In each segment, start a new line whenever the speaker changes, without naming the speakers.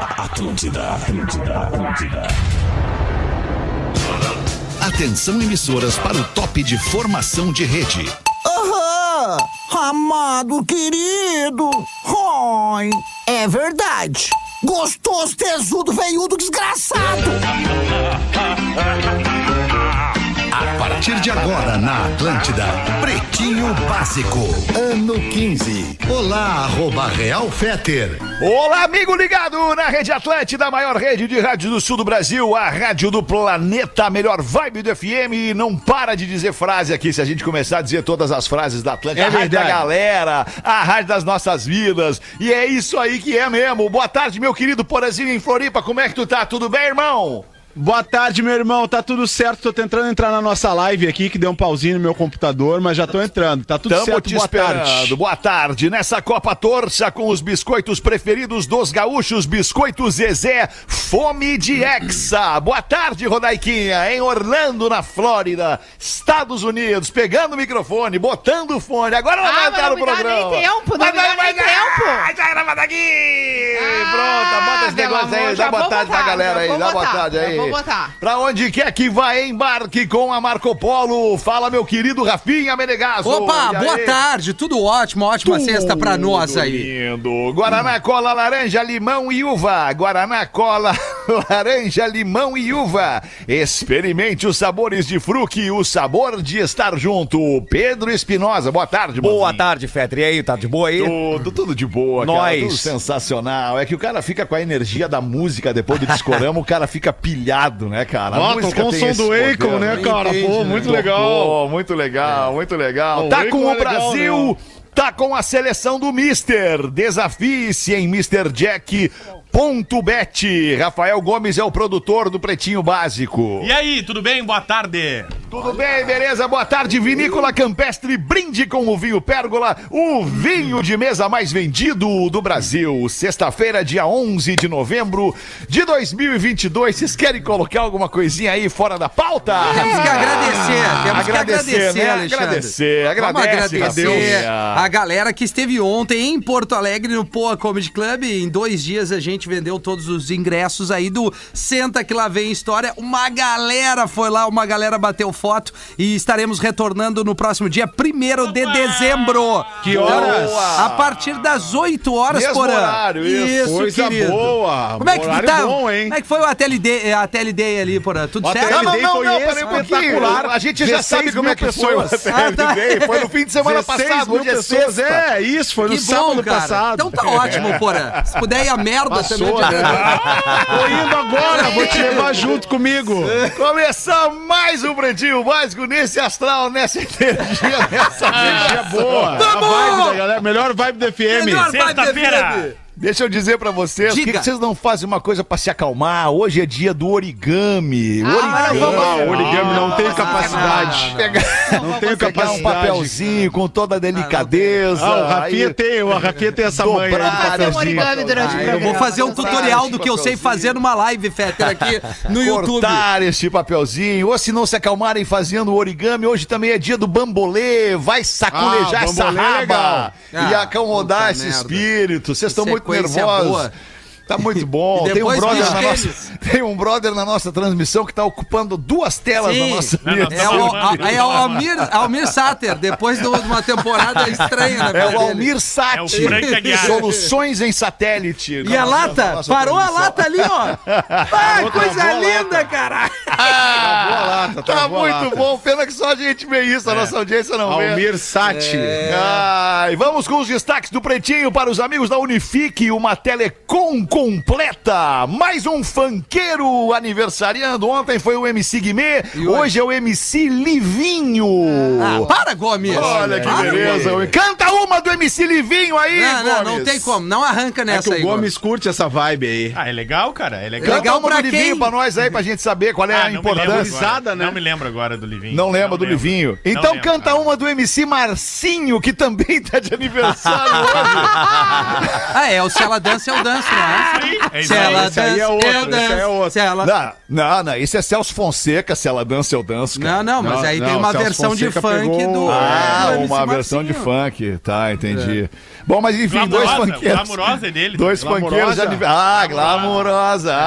Atlântida, Atlântida, Atlântida.
Atenção emissoras para o top de formação de rede.
Aham! Amado querido! Oi! É verdade! Gostoso, tesudo, veiudo, desgraçado!
A partir de agora na Atlântida, Pretinho Básico, ano 15. Olá, arroba Real Feter.
Olá, amigo ligado na Rede Atlântida, a maior rede de rádio do sul do Brasil, a rádio do planeta, a melhor vibe do FM. E não para de dizer frase aqui, se a gente começar a dizer todas as frases da Atlântida.
É
a rádio da
verdade.
galera, a rádio das nossas vidas. E é isso aí que é mesmo. Boa tarde, meu querido Porazinho em Floripa. Como é que tu tá? Tudo bem, irmão?
Boa tarde, meu irmão. Tá tudo certo? Tô tentando entrar na nossa live aqui, que deu um pauzinho no meu computador, mas já tô entrando. Tá tudo
Tamo
certo.
te
Boa
esperando.
tarde.
Boa tarde. Nessa Copa Torça com os biscoitos preferidos dos gaúchos, Biscoito Zezé, Fome de Hexa. Boa tarde, Rodaiquinha, em Orlando, na Flórida, Estados Unidos, pegando o microfone, botando o fone. Agora vai
Ah, mas
entrar
não
no
me dá
programa.
nem tempo, não
Mas
me dá
vai
nem
dar.
tempo.
Ai, Tá gravado aqui.
Ah,
Pronto, bota esse
pelo
negócio
amor,
aí. Dá
já
boa
vou
tarde pra
botar,
galera
já
aí.
vou
Dá boa
botar,
tarde
já
aí.
vou botar.
Pra onde quer que vá, embarque com a Marco Polo. Fala, meu querido Rafinha Menegaso.
Opa,
E aí?
boa tarde, tudo ótimo, ótima sexta pra nós
Tudo
aí.
Lindo. Guaraná, cola, laranja, limão e uva. Guaraná, cola, laranja, limão e uva. Experimente os sabores de fruque, o sabor de estar junto. Pedro Espinosa, boa tarde,
Boa
mozinho.
tarde, Fetra. E aí, tá de boa aí?
Tudo, tudo de boa, cara.
Nós.
Tudo sensacional. É que o cara fica com a energia da música depois do discorama, o cara fica pilhado, né, cara? A
Ó,
música
tocou o
tem
som
esse
do
poder,
Akon, né, cara?
Entende,
Pô,
né?
muito
Tocou,
legal.
Oh, muito legal, muito legal.
O
tá
Akon
com
é
o
legal,
Brasil.
né?
Tá com a seleção do Mister. Desafie-se em Mr. Jack. Ponto Bet. Rafael Gomes é o produtor do Pretinho Básico.
E aí, tudo bem? Boa tarde.
Tudo bem, beleza? Boa tarde, Vinícola Campestre. Brinde com o vinho Pérgola, o vinho de mesa mais vendido do Brasil. Sexta-feira, dia 11 de novembro de 2022. Vocês querem colocar alguma coisinha aí fora da pauta? Ah,
Temos
Ah,
que agradecer, temos que
Agradecer,
agradecer,
né?
Alexandre.
Agradecer,
Vamos
agradece,
agradecer
Rafinha.
a galera que esteve ontem em Porto Alegre no Poa Comedy Club. Em dois dias a gente vendeu todos os ingressos aí do Senta Que Lá Vem História. Uma galera foi lá, uma galera bateu foto e estaremos retornando no próximo dia, 1 de dezembro.
Que horas?
Boa! A partir das 8 horas,
Mesmo
Porã.
horário, isso.
Coisa
querido.
boa.
Como é que
Horário
tá?
bom, hein?
Como é que foi o ATLD, a TLD ali, Porã? Tudo
O tá
certo?
Não, não,
TLD
não,
foi
não, peraí um
espetacular.
pouquinho. A gente já sabe como é que foi o
Ah, tá.
FLD. Foi no fim de semana passado,
mil
hoje é
pessoas.
sexta.
É, isso, foi no sábado passado.
Então tá ótimo, porra. Se puder ir a merda também.
Passou, Tô indo agora, vou te levar junto comigo.
Começar mais um Pretinho Básico nesse astral, nessa energia, nessa
Energia boa. A
Vamos!
vibe da galera, melhor vibe do FM.
Melhor vibe
Sexta-feira.
FM.
Deixa eu dizer pra vocês, por que,
Diga.
que vocês não fazem uma coisa pra se acalmar? Hoje é dia do origami.
Ah,
origami.
o origami não tem capacidade.
Pegar,
Não Ah, tenho
pegar um
capacidade.
papelzinho com toda a delicadeza.
Ah, o Rafinha tem, o Rafinha tem essa manha.
Dobrado,
aí do
Fazer um
papelzinho.
origami durante o
Ah,
programa.
eu vou fazer um tutorial do que eu sei fazer numa live, Fetter, aqui no
aí,
YouTube.
cortar Tá este papelzinho. Ou se não se acalmarem fazendo origami, hoje também é dia do bambolê. Vai saculejar
Ah,
essa
bambolê é
raba
legal.
e
Ah,
acalmodar
puta
esse
merda.
espírito. Vocês estão muito
Sequência
nervosos.
boa.
Tá muito bom. Tem
E
um,
depois
brother
beach
na nossa,
tênis.
tem um brother na nossa transmissão que tá ocupando duas telas na
Sim.
nossa
Não,
mesa.
não,
É o, a- é o Almir, Almir Sater, depois do- de uma temporada estranha na
É
vida
o
dele.
Almir Sati.
É o Frank Aguiar.
Soluções em satélite.
E a
Nossa,
lata?
nossa
Parou a
produção.
lata ali, ó. Ah, coisa linda, caralho.
Ah,
lata,
tá É.
travou a
muito
lata.
bom. Pena que só a gente vê isso, a nossa audiência não vê.
Almir Sati.
É. Ai, vamos com os destaques do Pretinho para os amigos da Unifique, uma telecom completa. Mais um fanqueiro aniversariando. Ontem foi o MC Guimê, hoje?
hoje?
é o MC Livinho.
Ah, para, Gomes.
Olha que
Para,
beleza.
Gomes.
Canta uma do MC Livinho aí,
Não, não, não
Gomes.
tem como. Não arranca
É que
nessa aí,
o
Gomes.
Gomes curte essa vibe aí.
Ah, é legal, cara. É legal.
Canta
Legal
uma
pra
do Livinho
quem? né?
pra nós aí, pra gente saber qual é
Ah,
a
não me lembro agora.
importância.
Não me lembro agora do
né?
Livinho.
Não lembra do
lembro.
Livinho.
Não
Então
lembro.
canta
Ah.
uma do MC Marcinho, que também tá de aniversário hoje.
Ah, é, o Se Ela Dança, Eu Danço, não é?
É isso
Se
aí.
Ela
esse aí é
Dança,
outro,
Eu
esse aí é
Danço.
outro.
Se Ela...
Não, não, não, isso é Celso Fonseca, se ela dança, eu danço. cara.
Não, não, mas
Não,
aí tem
não,
uma
Celso
versão de
Fonseca
funk
pegou-
do.
Ah,
do MC
uma versão de
É, Marcinho.
funk. Tá, entendi. Bom, mas enfim, dois
Glamurosa, o
funkeiros.
Glamurosa é dele.
Dois funkeiros de aniversário. Ah, glamurosa. Ah,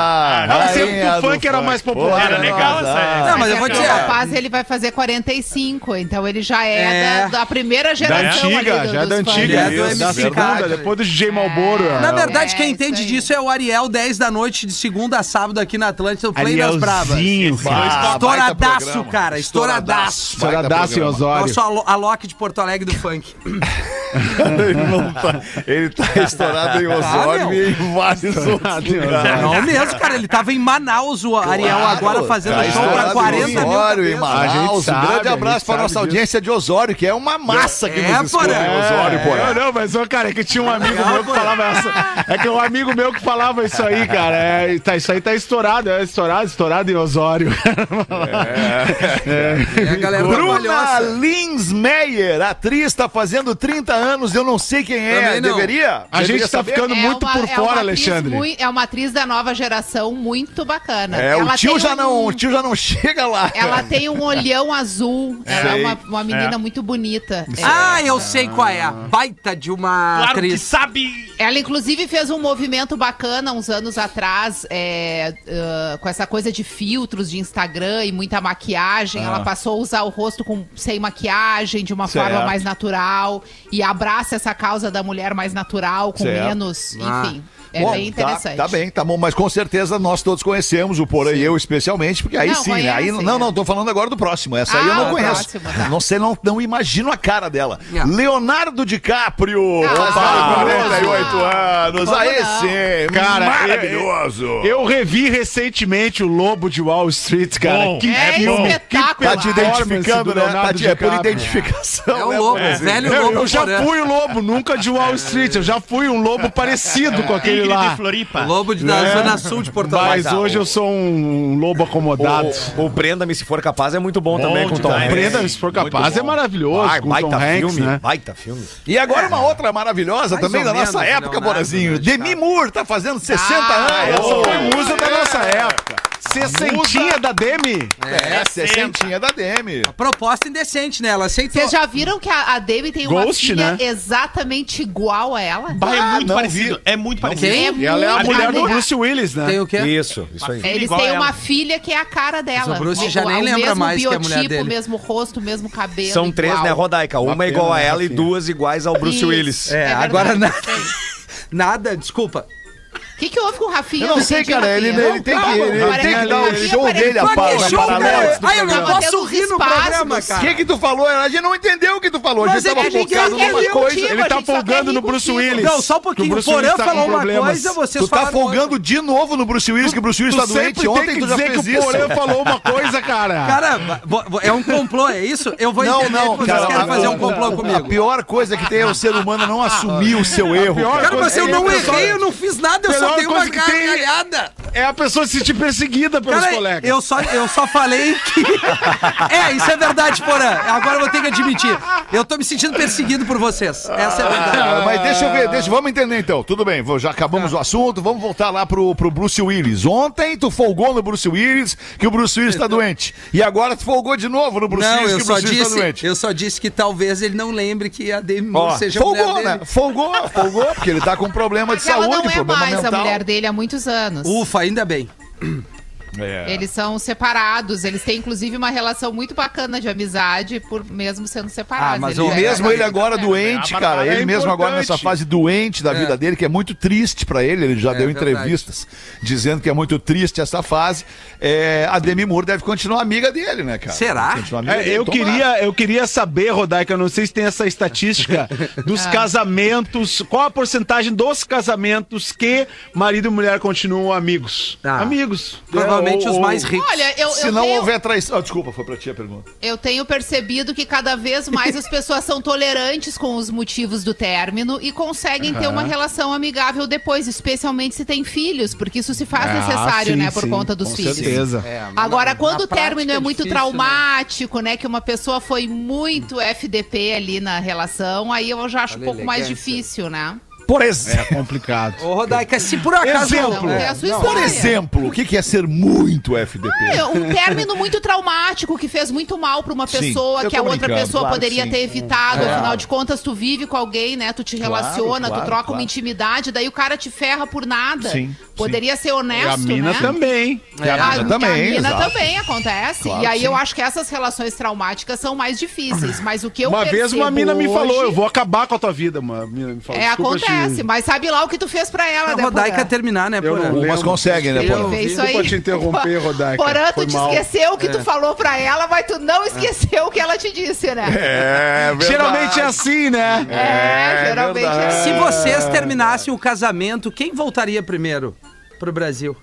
Ah, mas
rainha
sempre o
do
funk era mais popular,
Pô,
né?
Era legal
glamurosa.
essa.
Não, mas eu vou
Porque
te-
é O rapaz, ele vai fazer 45, então ele já é,
É.
Da, da primeira geração
antiga,
ali do-
já é da
dos fãs.
antiga,
é do
isso, da
MC
segunda,
Catra.
depois do DJ Malboro.
Na verdade, quem
É,
entende
isso aí.
disso é o Ariel, 10 da noite, de segunda a sábado, aqui na Atlântida, o Play das Bravas.
Arielzinho, cara.
Ah, baita
Estouradaço,
programa.
cara, estouradaço.
Baita
Estouradaço em
programa.
Osório.
Nosso Alo- Alok de Porto Alegre do funk.
ele, não tá, ele tá estourado em
Ah,
Osório
meu.
e em vários outros lugares.
Não mesmo, cara, ele tava em Manaus, o Ariel, agora fazendo
Tá
show pra
estourado
40
em
mil
Osório, em
cabeças.
A gente
Manaus. Um
sabe,
grande
a
abraço
gente
pra
sabe
nossa
disso.
audiência de Osório, que é uma massa que
É,
nos escuta
porra.
em Osório,
É,
porra.
não, não, mas, ô, cara, é que tinha um amigo meu que falava essa. É que um amigo meu que falava isso aí, cara. É, tá, isso aí tá estourado, é estourado, estourado em Osório.
É, a galera
Bruna
trabalhosa.
Lins Meyer, atriz, tá fazendo 30 anos, eu não sei quem é,
Também não.
deveria?
A gente
Deveria
tá
saber?
ficando muito por
é
fora,
atriz
Alexandre.
mui- é uma atriz da nova geração muito bacana.
É, o tio,
tem
já
um-
não, o tio já não chega lá.
Ela tem um olhão azul. Ela é
Sei.
uma, uma menina muito bonita. É.
Ah, eu sei qual é. a Baita de uma
Claro que
atriz.
sabe.
Ela, inclusive, fez um movimento bacana uns anos atrás, é, ah, com essa coisa de filtros de Instagram e muita maquiagem. Ela passou a usar o rosto com, sem maquiagem, de uma
Certo.
forma mais natural. E abraça essa causa da mulher mais natural, com
Certo.
menos.
Ah.
Enfim, é
Bom,
bem
tá-
interessante.
Tá, bem, tá bom, mas com certeza nós todos conhecemos, o Porã e eu especialmente, porque aí
Não,
sim, né? Aí,
conhecem,
não,
é.
não, tô falando agora do próximo, essa aí
Ah,
eu não
o
conheço.
próximo, tá.
Não sei, não, não imagino a cara dela.
Yeah.
Leonardo DiCaprio,
Ah,
fazendo
maravilhoso.
48 anos,
Como
aí
não?
sim, é
Cara, é,
maravilhoso.
Eu revi recentemente o Lobo de Wall Street, cara.
Bom,
que
é
filme,
espetacular.
que
Tá te
performance
identificando,
do
né? Tá
Leonardo
te, é por
DiCaprio.
identificação.
É o
né,
lobo,
Porã?
o velho
Eu,
lobo.
eu já
Porã.
fui o lobo, nunca de Wall Street. Eu já fui um lobo parecido com aquele
Tigre é de
lá.
Floripa.
Lobo de, da Zona Sul de Porto Alegre.
Mas hoje eu sou um lobo acomodado.
O, o Prenda-me se for capaz é muito bom, também com o Tom
demais.
Hanks.
Prenda-me se for
Muito
capaz
bom.
é maravilhoso.
Vai,
com o Tom
baita
Hanks,
filme,
né?
baita filme.
E agora uma outra maravilhosa
Mais
também
ou
da
menos,
nossa época,
Leonardo,
Borazinho.
né,
Demi
cara?
Moore tá fazendo 60
Ah,
anos.
Essa foi musa da nossa época. Sessentinha da Demi.
É, 60 da Demi.
Proposta indecente, né? Ela aceitou.
Vocês já viram que a, a Demi tem uma
Ghost,
filha
né?
exatamente igual a ela?
Bah, é
Ah,
muito
não
parecido.
vi.
É muito parecido.
vi.
muito
Ela é a mulher do
amiga.
Bruce Willis, né?
Tem o quê?
Isso, isso aí.
É, Eles
Igual
têm
a ela.
uma filha que é a cara dela.
o Bruce já nem
o
lembra
mesmo
mais que é a
biotipo,
mulher dele.
mesmo rosto, mesmo cabelo.
São três,
igual.
né, Rodaica? Uma
Uma
igual
pena,
a
né,
ela e
Rafinha?
duas iguais ao Bruce
Isso.
Willis.
É,
verdade.
agora nada. Nada, desculpa.
O que, que houve com o Rafinha?
Eu não sei,
entendi,
cara. Ele,
Rafinha.
ele tem que,
calma,
ele
parece
tem que
que
dar o
ele-
show
parece-
dele a
Mas
par,
que
na
show,
paralela.
cara?
Ai, eu não
programa.
posso rir no
Espasmos.
programa,
O
cara.
que que tu falou? A gente não entendeu o que tu falou. A
Mas
gente
é
tava
que ninguém
focado numa
entendeu,
coisa.
tio.
Ele
A
tá
gente só
folgando
quer
no
rir
Bruce
contigo.
Willis.
é Não, só um
Que
pouquinho. O
Bruce Willis
Porã
tá com
falou uma
problemas.
coisa, vocês
Tu tá
falaram outra.
folgando de novo no Bruce Willis, que o Bruce Willis tá
Tu sempre
doente.
tem
Ontem
que
tu já
dizer
fez
que o
isso.
Porã falou uma coisa, cara.
Cara, vo- vo- é um complô, é isso? Eu vou
Não,
entender
não,
que vocês
cara,
querem
a-
fazer um complô
A
comigo.
pior coisa que tem é o ser humano não assumir o seu erro.
pior
cara.
Cara, mas eu não errei, eu não fiz nada, eu só
Melhor
dei uma
coisa que tem-
gargalhada.
É a pessoa se sentir perseguida pelos
Cara,
colegas.
eu só, eu só falei que. É, isso é verdade, Porã. Agora eu vou ter que admitir. Eu tô me sentindo perseguido por vocês. Essa é a verdade.
Ah, mas deixa eu ver, deixa, vamos entender então. Tudo bem, vou- já acabamos o assunto, vamos voltar lá pro, pro Bruce Willis. Ontem tu folgou no Bruce Willis que o Bruce Willis tá doente. E agora tu folgou de novo no Bruce
Não,
Willis
eu
que o
só,
Bruce Willis tá doente.
disse, eu só disse que talvez ele não lembre que a Demi Moore
Ó,
seja a mulher
folgou,
dele.
né? Folgou, folgou, porque ele tá com problema de
Mas ela
saúde,
não é
problema
mais
mental.
a mulher dele há muitos anos.
Ufa, ainda bem.
É,
Eles são separados. Eles têm, inclusive, uma relação muito bacana de amizade, por mesmo sendo separados.
Ah, mas
Eles
o-
já
É,
Mesmo
eram
ele agora
amigos, né?
doente, cara,
é
ele mesmo agora nessa
importante.
fase doente da vida dele, que é muito triste pra ele, ele já deu
verdade.
entrevistas dizendo que é muito triste essa fase. é, a Demi Moore deve continuar amiga dele, né, cara?
Será?
Deve continuar amiga
É,
dele,
eu,
tomara.
queria, eu queria saber, Rodaica, eu não sei se tem essa estatística dos casamentos. Qual a porcentagem dos casamentos que marido e mulher continuam amigos?
Ah,
Amigos.
Principalmente
ou-
os
ou-
mais ricos.
Olha, eu,
Se
eu
não
tenho,
houver traição. Ah, desculpa, foi pra ti a pergunta.
eu tenho percebido que cada vez mais as pessoas são tolerantes com os motivos do término e conseguem ter uma relação amigável depois, especialmente se tem filhos, porque isso se faz necessário, né, por conta dos
Ah, com
filhos.
certeza.
É, mas
Agora,
na-
quando
na
o término
prática
é muito
difícil, né?
traumático, né? Que uma pessoa foi muito FDP ali na relação, aí eu já acho um
Olha a
pouco mais
elegância.
difícil, né?
Por, ex-
É complicado.
Né? Ô, Rodaica, se por acaso...
Exemplo.
Não,
É
é,
a sua
não.
por
história.
exemplo, o que que é ser muito FDP?
É, Um término muito traumático que fez muito mal pra uma
Sim,
pessoa
eu
que a
tô
outra
brincando,
pessoa
claro que
poderia
sim. É.
ter evitado. Afinal de contas, tu vive com alguém, né? Tu te relaciona,
claro,
tu troca
claro.
uma intimidade, daí o cara te ferra por nada.
Sim, sim.
Poderia ser honesto,
E a mina
né?
também.
É. Ah, E a mina também,
a mina
exato.
também acontece.
Claro
e aí
que
eu
sim.
acho que essas relações traumáticas são mais difíceis. Mas o que eu
uma vez uma
percebo
mina me falou,
hoje-
eu vou acabar com a tua vida. Uma mina me falou.
É,
"Desculpa
acontece.
Te...
Mas sabe lá o que tu fez pra ela,
A
né,
Rodaica
Porã?
terminar, né,
Eu
Porã?
não-
Umas conseguem, né,
Eu
Porã?
Vê isso
Desculpa
aí.
te interromper, Rodaica.
Porã, tu
Foi
te
mal. É.
esqueceu o que tu falou pra ela, mas tu não esqueceu o que ela te disse, né?
É,
Geralmente é assim, né?
É, geralmente é assim.
Se vocês terminassem o casamento, quem voltaria primeiro pro Brasil?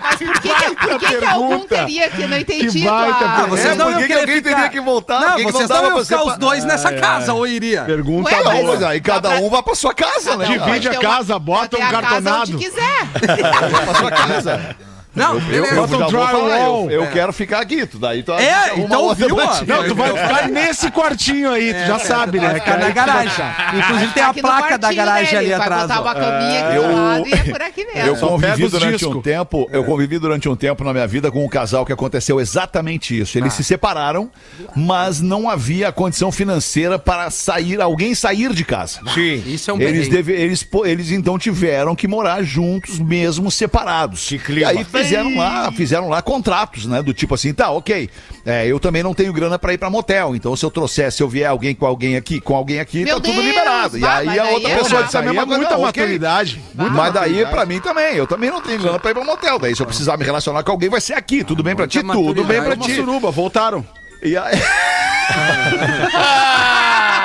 Mas por que, que, por que, que algum
pergunta.
teria que não entendi?
Que baita
Eduardo? É,
pergunta.
vocês
por que
iam
que
querer
alguém teria que voltar? Por Ah,
Não,
que que não
vocês
dava
não iam
pra É.
ficar
separar?
os dois nessa casa, ou iria?
Pergunta
Ué,
Não,
mas-
mas aí cada
Dá pra-
um vai pra sua casa, né?
Cada um
cara?
Divide
pode
a
ter
casa, bota
ter
um
a casa
cartonado.
onde quiser.
Cada um pra sua casa.
Não,
Eu,
beleza.
eu,
Bota um
já vou falar, eu,
drywall.
eu quero ficar aqui, tu daí tu
É,
arruma
então
outra
viu,
pra
ó.
ti.
Não, tu vai ficar nesse quartinho aí, tu já sabe, né?
Ficar
Cara,
na garagem. Inclusive tem a
Aqui no
placa da
quartinho
garagem
dele,
ali
vai
atrás.
botar
ó.
uma caminha aqui do
Eu-
lado e é por aqui mesmo.
Eu convivi
pega os
durante
discos.
um tempo, eu convivi durante um tempo na minha vida com um casal que aconteceu exatamente isso. Eles se separaram, mas não havia condição financeira para sair, alguém sair de casa.
Sim.
Isso é um
Eles,
perrengue.
deve- eles, po- eles então tiveram que morar juntos, mesmo separados.
Que clima.
E aí fizeram lá, fizeram lá contratos, né? Do tipo assim, tá, ok. é, eu também não tenho grana pra ir pra motel. Então, se eu trouxer, se eu vier alguém com alguém aqui, com alguém aqui,
Meu
tá
Deus,
tudo liberado.
bah,
e
mas
aí a
daí
outra
é
pessoa disse
brabo.
a
Isso aí é
mesma coisa.
muita
"Ah, ok."
maturidade. Muita
Mas daí,
maturidade.
pra mim também, eu também não tenho grana pra ir pra motel. Daí, se eu precisar me relacionar com alguém, vai ser aqui. Tudo bem pra ti?
muita
Tudo bem
maturidade.
pra
Uma
ti.
suruba, voltaram.
E aí-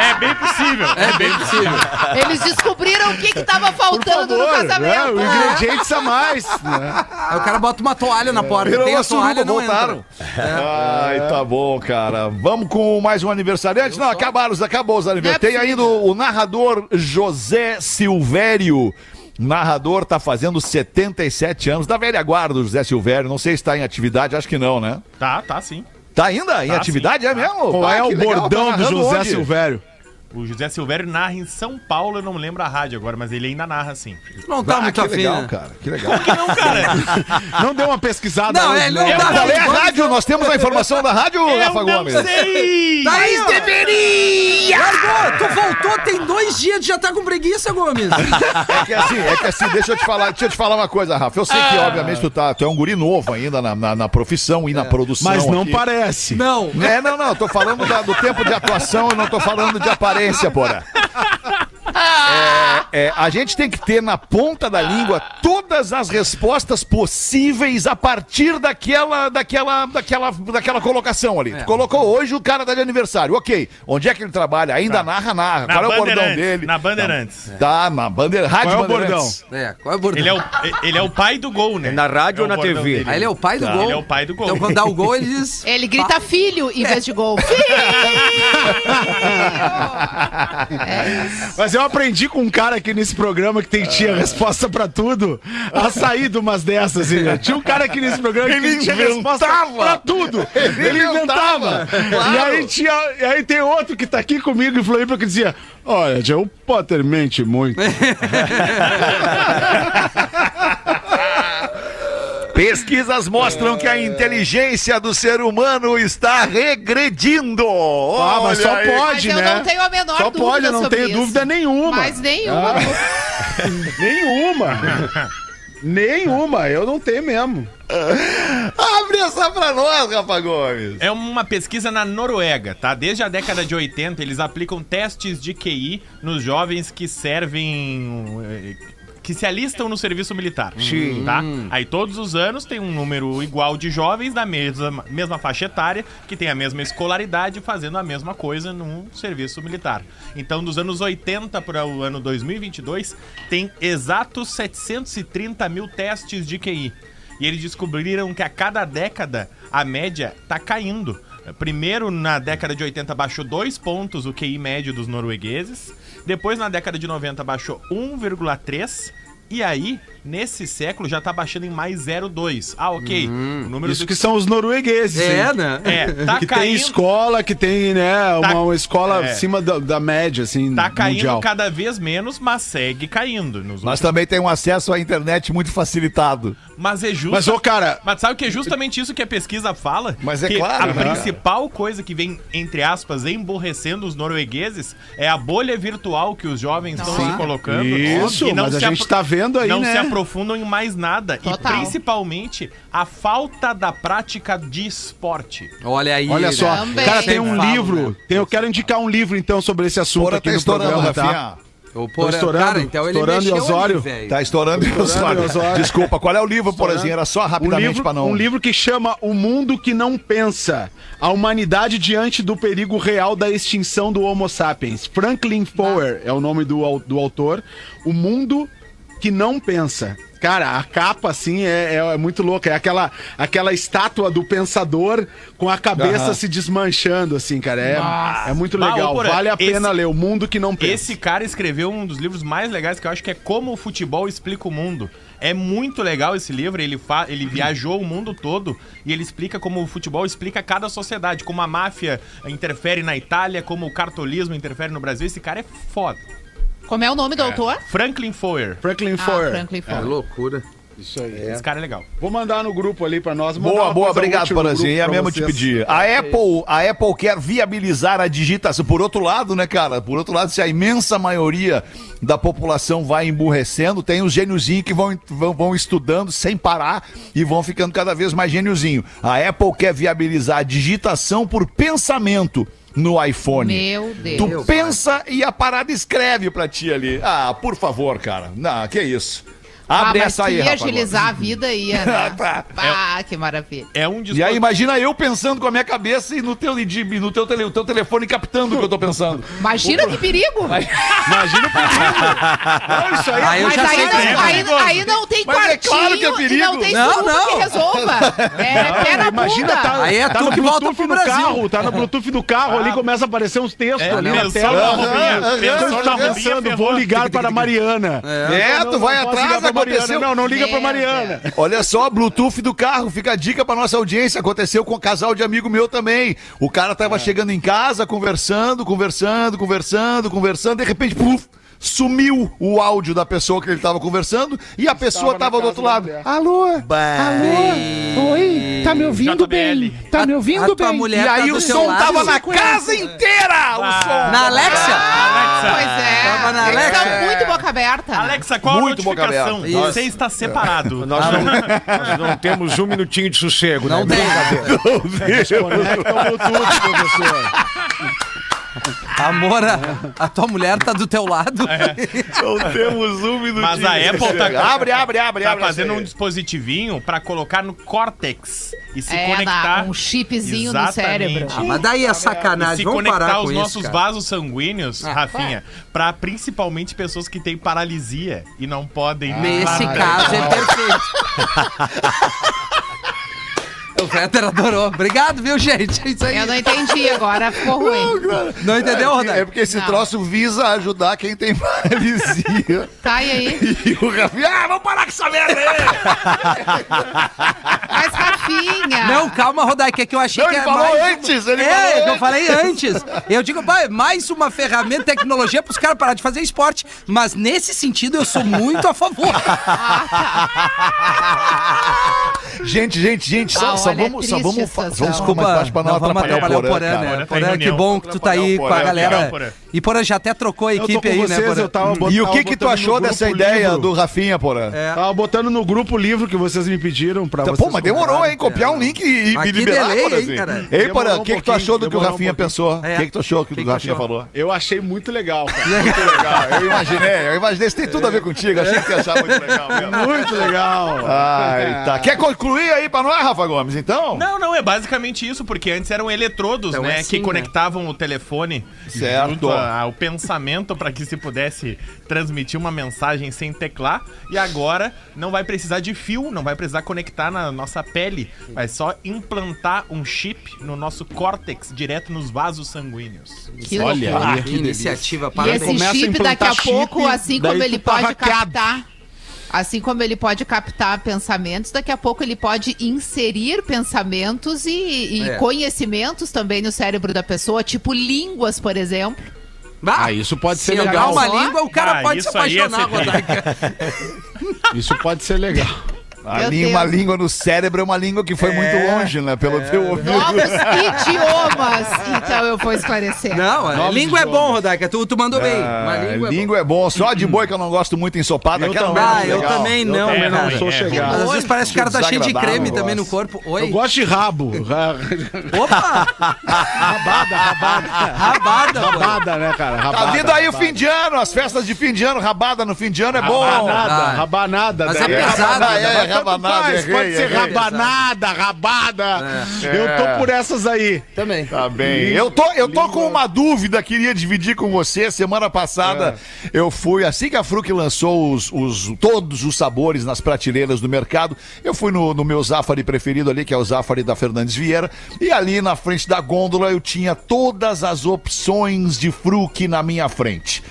É bem possível.
É bem possível.
Eles descobriram o que que tava faltando no
né?
casamento.
O ingredientes a mais. né?
Aí o cara bota uma toalha na porta.
Virou
Tem
uma
a toalha,
suruba,
não
voltaram.
entra.
Ai, tá bom, cara. Vamos com mais um aniversariante? Não, acabaram, os- acabou os aniversariantes.
é
Tem ainda o o narrador José Silvério. Narrador tá fazendo 77 anos, da velha guarda, o José Silvério. Não sei se tá em atividade, acho que não, né?
Tá, tá sim.
Tá ainda em
Tá,
atividade?
sim.
É mesmo?
Qual
Ah,
é
que
o
legal, tá
bordão do
narrando
José
onde?
Silvério?
O José Silvério narra em São Paulo, eu não me lembro a rádio agora, mas ele ainda narra sim.
Não tá
Ah,
muito
que
afim.
legal,
né?
cara. Que legal.
Não, cara,
Não deu uma pesquisada.
Não,
hoje,
ele
né?
não tá
Qual é a
afim.
rádio? Nós temos a informação da rádio, Rafa
eu não
Gomes.
sei.
Tá aí, deveria! Largou, tu voltou, tem dois dias, tu já tá com preguiça, Gomes.
É que assim, é que assim, deixa eu te falar, deixa eu te falar uma coisa, Rafa. Eu sei que,
Ah.
obviamente, tu, tá, tu é um guri novo ainda na, na, na profissão
É.
e na produção.
Mas não
aqui.
parece.
Não.
É, não, não, eu tô falando da- do tempo de atuação, eu não tô falando de aparência, porra. É, é, a gente tem que ter na ponta da língua todas as respostas possíveis a partir daquela, daquela, daquela, daquela colocação
É.
ali. Tu colocou hoje o cara tá de aniversário, ok. Onde é que ele trabalha? Ainda narra, narra.
Tá. Na
Qual é o bordão
Bandeirantes,
dele?
na Bandeirantes.
Tá, na bandeira. Rádio
Qual é o
Bandeirantes.
É, qual é o bordão?
Ele é o, ele é o pai do gol, né?
É na rádio
É
ou na
o bordão
TV?
dele.
Aí ele é o pai do
Tá.
gol.
Ele é o pai do gol.
Então quando dá o gol, ele diz...
Ele grita filho em vez de gol.
É.
Filho! É isso.
Mas eu aprendi com um cara aqui nesse programa que tem
Ah.
tinha resposta pra tudo a sair de umas dessas. Assim, né? Tinha um cara aqui nesse programa que
Ele
tinha
inventava.
resposta pra tudo. Ele, inventava. E, aí tinha, e aí tem outro que tá aqui comigo em Floripa que dizia: Olha, Jay, o Potter mente muito.
Pesquisas mostram que a inteligência do ser humano está regredindo.
Ah, mas só
aí.
pode,
Mas eu
né?
não tenho a menor
Só
dúvida
pode, eu não
sobre
tenho
isso.
dúvida nenhuma. Ah.
Mas nenhuma.
Nenhuma. nenhuma, eu não tenho mesmo.
Abre essa pra nós, Rafa Gomes.
É uma pesquisa na Noruega, tá? Desde a década de 80, eles aplicam testes de QI nos jovens que servem. eh, que que se alistam no serviço militar. Tá? Aí todos os anos tem um número igual de jovens da mesma, mesma faixa etária, que tem a mesma escolaridade, fazendo a mesma coisa no serviço militar. Então, dos anos 80 para o ano 2022, tem exatos 730 mil testes de QI. E eles descobriram que a cada década a média tá caindo. Primeiro, na década de 80, baixou 2 pontos o QI médio dos noruegueses. Depois, na década de 90, baixou 1,3. E aí, nesse século, já tá baixando em mais 0,2. Ah, ok. o número
Hum, Isso
do-
que são os noruegueses,
É,
hein?
né?
É, tá
que tem
caindo.
escola, que tem, né, uma, uma escola
é.
acima da, da média, assim,
Tá caindo
mundial.
cada vez menos, mas segue caindo. Nos
Mas também tem um acesso à internet muito facilitado.
Mas é justo.
Mas, ô, cara,
Mas sabe que é justamente isso que a pesquisa fala?
Mas é
que
claro,
A
né?
principal coisa que vem, entre aspas, emborrecendo os noruegueses é a bolha virtual que os jovens estão se colocando.
Isso,
e
mas a
se
gente
apro-
tá vendo aí,
Não
né?
se aprofundam em mais nada.
Total.
E principalmente a falta da prática de esporte.
Olha aí. né?
Olha só,
Também.
cara, tem um
Falo,
livro.
né?
tem- eu quero indicar um livro, então, sobre esse assunto
Porra,
aqui
tá
no
estourando,
programa, tá?
Rafinha.
O Porã-
estourando,
cara, então ele
estourando
mexeu
e Osório.
ali, velho.
Tá estourando,
Estourando,
estourando
Osório.
Desculpa, qual é o livro, Porazinho? Era só
Um
rapidamente
livro,
pra não...
um livro que chama O Mundo Que Não Pensa. A humanidade diante do perigo real da extinção do Homo sapiens. Franklin Foer é o nome do, au- do autor. O Mundo Que Não Pensa. Cara, a capa, assim, é, é- é muito louca. É aquela, aquela estátua do pensador com a cabeça se desmanchando, assim, cara. É, é muito
Bah, ô,
legal.
Porã,
vale a pena
esse-
ler. O Mundo Que Não Pensa.
Esse cara escreveu um dos livros mais legais que eu acho que é Como o Futebol Explica o Mundo. É muito legal esse livro, ele, fa... ele viajou o mundo todo e ele explica como o futebol explica cada sociedade, como a máfia interfere na Itália, como o cartolismo interfere no Brasil. Esse cara é foda.
Como é o nome do autor?
Franklin Foer.
Franklin
Ah,
Foer.
Franklin
Que
Ford.
É loucura.
Isso aí.
Esse cara é legal.
Vou mandar no grupo ali pra nós. mandar
Boa,
uma
boa,
coisa
obrigado,
útil no
Porazinho.
grupo
Ia
pra
mesmo te
vocês. É
pedir. A Apple, a Apple quer viabilizar a digitação. Por outro lado, né, cara? Por outro lado, se a imensa maioria da população vai emburrecendo, tem os gêniozinhos que vão, vão, vão estudando sem parar e vão ficando cada vez mais gêniozinho. A Apple quer viabilizar a digitação por pensamento no iPhone.
Meu Deus.
Tu pensa e a parada escreve pra ti ali. Ah, por favor, cara. Não, que isso.
Ah,
Abre
mas
essa
tu
aí,
ia
rapaz.
agilizar a vida, ia,
Ah,
né?
tá.
Ah, que maravilha.
É um
E aí,
dispositivo.
imagina eu pensando com a minha cabeça e no teu, lidi- no teu, tele, o teu telefone captando o que eu tô pensando.
Imagina que perigo!
Não,
é
isso aí
Ah, eu
Mas
já
aí
sei
não,
também.
aí, aí não tem
Mas é
quartinho
claro que é
e não
perigo.
tem
Não,
não,
não.
que resolva. É, pé na
Imagina,
bunda.
tá,
Aí é
tá
tu
no
que volta
Bluetooth
pro
do
Brasil. Ah.
carro, tá no Bluetooth do carro, ali começa a aparecer uns textos
É,
ali na
pensou
tela.
na roupinha,
Ah,
pensou
ah,
na
tá
roupinha,
pensando, vou
ferrou.
ligar para a Mariana.
É, tu vai
posso
atrás,
ligar pra
aconteceu. É.
Mariana. Não, não liga para Mariana.
Olha só, Bluetooth do carro, fica a dica pra nossa audiência. Aconteceu com um casal de amigo meu também. O cara tava chegando em casa, conversando, conversando, conversando, conversando, de repente, puf, sumiu o áudio da pessoa que ele tava conversando e a pessoa
na
tava do
casa
outro
da
lado. Ah,
mulher.
Alô? Alô? Oi? Tá me ouvindo
JBL.
bem? Tá me
a
ouvindo
tua
bem?
mulher
e
tá
aí
do
o
teu
som
lado?
tava na casa inteira, o som.
Na Alexia?
Pois
Ah, Alexa,
é.
Tava na
Eles
Alexa.
estão muito boca aberta.
Alexa, qual
Muito
a
boca aberta.
notificação?
Isso.
Você está separado.
Nós não, nós não temos um minutinho de sossego,
Não
né?
tem.
Conecta o Bluetooth, professor.
Amor, a, a tua mulher tá do teu lado.
É. Não temos um minutinho.
Mas a Apple tá-
Abre, abre, abre.
Tá
abre
fazendo
essa
um
aí.
dispositivo pra colocar no córtex e se
É, na-
conectar.
um chipzinho no
Exatamente.
cérebro.
E
Ah, mas daí é
se
sacanagem. Vamos parar
conectar
com
os
isso,
nossos
cara. Ah.
vasos sanguíneos, Rafinha, pra principalmente pessoas que têm paralisia e não podem.
Nesse
Ah,
nada.
caso é perfeito. o Fetter adorou. Obrigado, viu, gente? É isso aí.
Eu não entendi agora, ficou ruim.
Não entendeu,
É,
Rodai?
é porque esse
Não.
troço visa ajudar quem tem paralisia.
Sai aí.
e o Rafinha, ah, vamos parar com essa merda aí!
Mas Rafinha.
Não, calma, Rodai, que é que eu achei
Não,
que
ele
era
falou
mais...
antes, ele
é,
falou
é que eu
antes.
falei antes. Eu digo, pai, mais uma ferramenta, tecnologia pros caras parar de fazer esporte. Mas nesse sentido, eu sou muito a favor.
Gente, gente, gente, só,
Ah,
só
olha, é
vamos, só
triste
vamos, fa-
a situação.
vamos ficar mais baixo pra não,
vamos
atrapalhar o Porã, cara.
né?
Olha, tá em
Porã, que
reunião.
bom que tu tá aí
Atrapalhar o
com a
Porã,
galera
atrapalhar o Porã.
E Porã já até trocou a
Eu tô
equipe
com
aí, né,
vocês,
Porã?
eu tava botando-
E o
tava
que que tu
botando no
achou
grupo
dessa ideia
livro.
do Rafinha, Porã?
É.
Tava botando no grupo livro que vocês me pediram pra vocês.
Tá, Pô, mas demorou,
comprarem.
hein? Copiar um link e, e
Mas
me
que
liberar,
delay, hein,
Porazinho.
cara?
Ei, Porã,
Demorou
o
um
que, que tu achou do que o
pouquinho,
Rafinha pensou? O
É.
que, que tu achou do que
Que
o
que
Rafinha
achou?
falou?
Eu achei muito legal, cara.
Legal, eu imaginei, eu imaginei. Isso tem tudo a ver contigo, achei que tu ia achar muito legal mesmo.
Muito legal.
Ai, tá. Quer concluir aí pra nós, Rafa Gomes, então?
Não, não, é basicamente isso, porque antes eram eletrodos,
Então
né?
é assim,
que
né?
conectavam o telefone
Certo.
junto a- ao pensamento para que se pudesse transmitir uma mensagem sem teclar. E agora não vai precisar de fio, não vai precisar conectar na nossa pele. Vai só implantar um chip no nosso córtex, direto nos vasos sanguíneos.
Que
Olha
loucura.
aí,
Que iniciativa,
E
parabéns.
Começa
esse
a
chip
implantar
daqui a
chip,
pouco, assim
daí
como
tu
ele
tá
pode
hackeado.
captar. Assim como ele pode captar pensamentos, daqui a pouco ele pode inserir pensamentos e, e
É.
conhecimentos também no cérebro da pessoa, tipo línguas, por exemplo.
Ah,
Ah, isso pode
Se
ser
eu dar
legal.
uma língua, o cara
Ah,
pode se
isso aí é
apaixonar,
ser rico.
Rodaica.
Isso pode ser legal.
A
Meu
língua- uma
Deus.
língua no cérebro é uma língua que foi
É.
muito longe, né? Pelo teu ouvido.
Novos idiomas! Então eu vou esclarecer.
Não, é, língua é bom, Rodaica. Tu, tu mandou bem. Uma
É,
língua,
língua,
é bom.
é bom. Só de boi que eu não gosto muito ensopada.
Eu
aquela
também
não é
Ah,
muito
eu
legal.
também não,
também
né,
não
cara?
sou
é,
chegado.
Mas às vezes parece que o cara tá cheio de
Desagradável,
creme
eu
também no
gosto.
corpo.
Eu
Oi?
gosto de rabo. Ra-
Opa!
rabada, rabada.
Rabada, mano.
Rabada, né, cara? Rabada.
Tá vindo aí o
rabada.
fim de ano, as festas de fim de ano, rabada no fim de ano é bom.
Rabanada,
Vai.
rabanada.
Mas
daí.
é pesado,
Ah, é,
né?
é,
Mas tanto
rabanada,
faz,
errei,
pode ser
errei.
rabanada, rabada. Eu
É.
tô por essas aí.
Também.
Tá bem. Eu tô, eu tô com uma dúvida, queria dividir com você. Semana passada eu fui, assim que a Fruc lançou os, os- todos os sabores nas prateleiras do mercado, eu fui no, no meu Zafari preferido ali, que é o Zafari da Fernandes Vieira, e ali na frente da gôndola eu tinha todas as opções de Fruc na minha frente.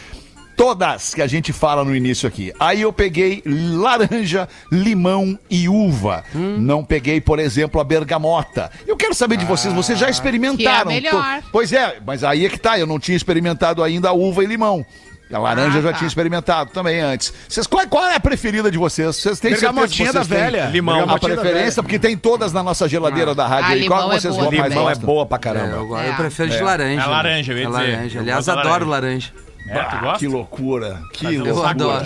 Todas que a gente fala no início aqui. Aí eu peguei laranja, limão e uva. Não peguei, por exemplo, a bergamota. Eu quero saber de vocês, vocês já experimentaram?
Que é a melhor.
Tô- Pois é, mas aí é que tá, eu não tinha experimentado ainda a uva e limão. A laranja
Ah,
eu já
tá.
tinha experimentado também antes. Vocês, qual, qual é a preferida de vocês? Vocês têm certeza que
Bergamotinha
vocês
da
têm
velha.
Limão.
A
Bergamotinha da
preferência,
velha.
porque tem todas na nossa geladeira da rádio.
Ah,
aí. Qual
limão
que
é
vocês
boa
mais
também.
Limão é
gostam?
boa pra
É,
caramba.
eu, eu
É.
prefiro de laranja.
É laranja, eu ia
É
dizer.
laranja.
Eu
Aliás,
gosto da
adoro laranja.
É, tu gosta?
ah, Que loucura. Que
Fazer um
loucura.
adoro.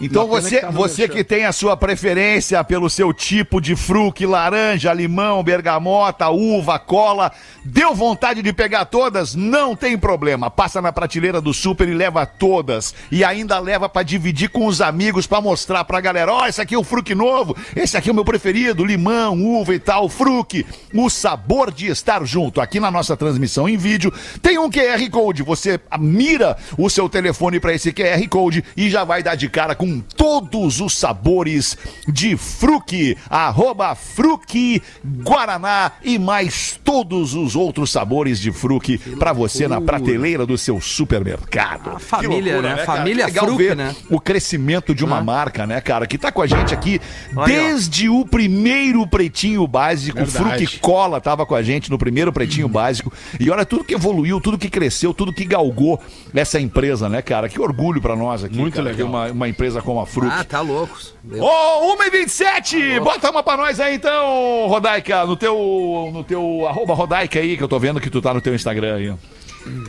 Então você, você que tem a sua preferência pelo seu tipo de fruque, laranja, limão, bergamota, uva, cola, deu vontade de pegar todas? Não tem problema. Passa na prateleira do super e leva todas. E ainda leva pra dividir com os amigos pra mostrar pra galera, ó, esse aqui é o fruque novo, esse aqui é o meu preferido, limão, uva e tal, fruque. O sabor de estar junto. Aqui na nossa transmissão em vídeo tem um QR Code. Você mira o seu telefone pra esse QR Code e já vai dar de cara com todos os sabores de Fruque, arroba Fruque Guaraná e mais todos os outros sabores de Fruque pra você na prateleira do seu supermercado. Que
família, né?
cara?
Família
Que legal
Fruque,
ver
né? Ah.
O crescimento de uma marca, né, cara, que tá com a gente aqui
Olha aí, ó.
desde o primeiro pretinho básico,
Verdade.
Fruque Cola tava com a gente no primeiro Pretinho Básico. E olha tudo que evoluiu, tudo que cresceu, tudo que galgou essa empresa, né, cara? Que orgulho pra nós aqui,
Muito
cara,
legal.
ter uma, uma empresa como a Fruc.
Ah, tá louco.
Ô, 1h27! Bota uma pra nós aí então, Rodaica, no teu, no teu arroba Rodaica aí, que eu tô vendo que tu tá no teu Instagram aí.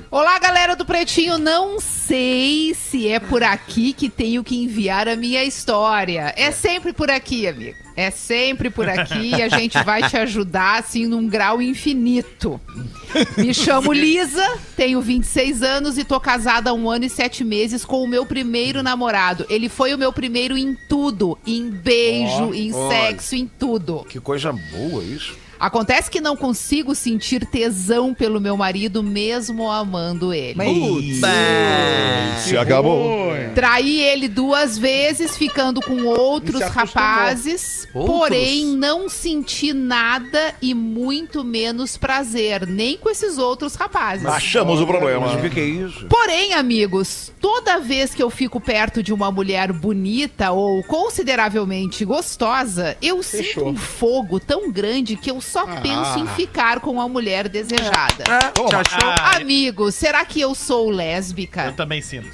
Olá, galera do Pretinho. Não sei se é por aqui que tenho que enviar a minha história. É sempre por aqui, amigo. É sempre por aqui e a gente vai te ajudar, assim, num grau infinito. Me chamo Lisa, tenho 26 anos e tô casada há um ano e sete meses com o meu primeiro namorado. Ele foi o meu primeiro em tudo, em beijo, em sexo, em tudo.
Que coisa boa isso.
Acontece que não consigo sentir tesão pelo meu marido, mesmo amando ele.
É.
Se acabou.
Traí ele duas vezes, ficando com outros rapazes.
Outros?
Porém, não senti nada e muito menos prazer, nem com esses outros rapazes.
Achamos o problema.
Mas o que, que é isso?
Porém, amigos, toda vez que eu fico perto de uma mulher bonita ou consideravelmente gostosa, eu sinto um fogo tão grande que eu só penso em ficar com a mulher desejada.
Ah, te achou?
Ah, é.
Amigos, será que eu sou
Eu
lésbica?
também sinto.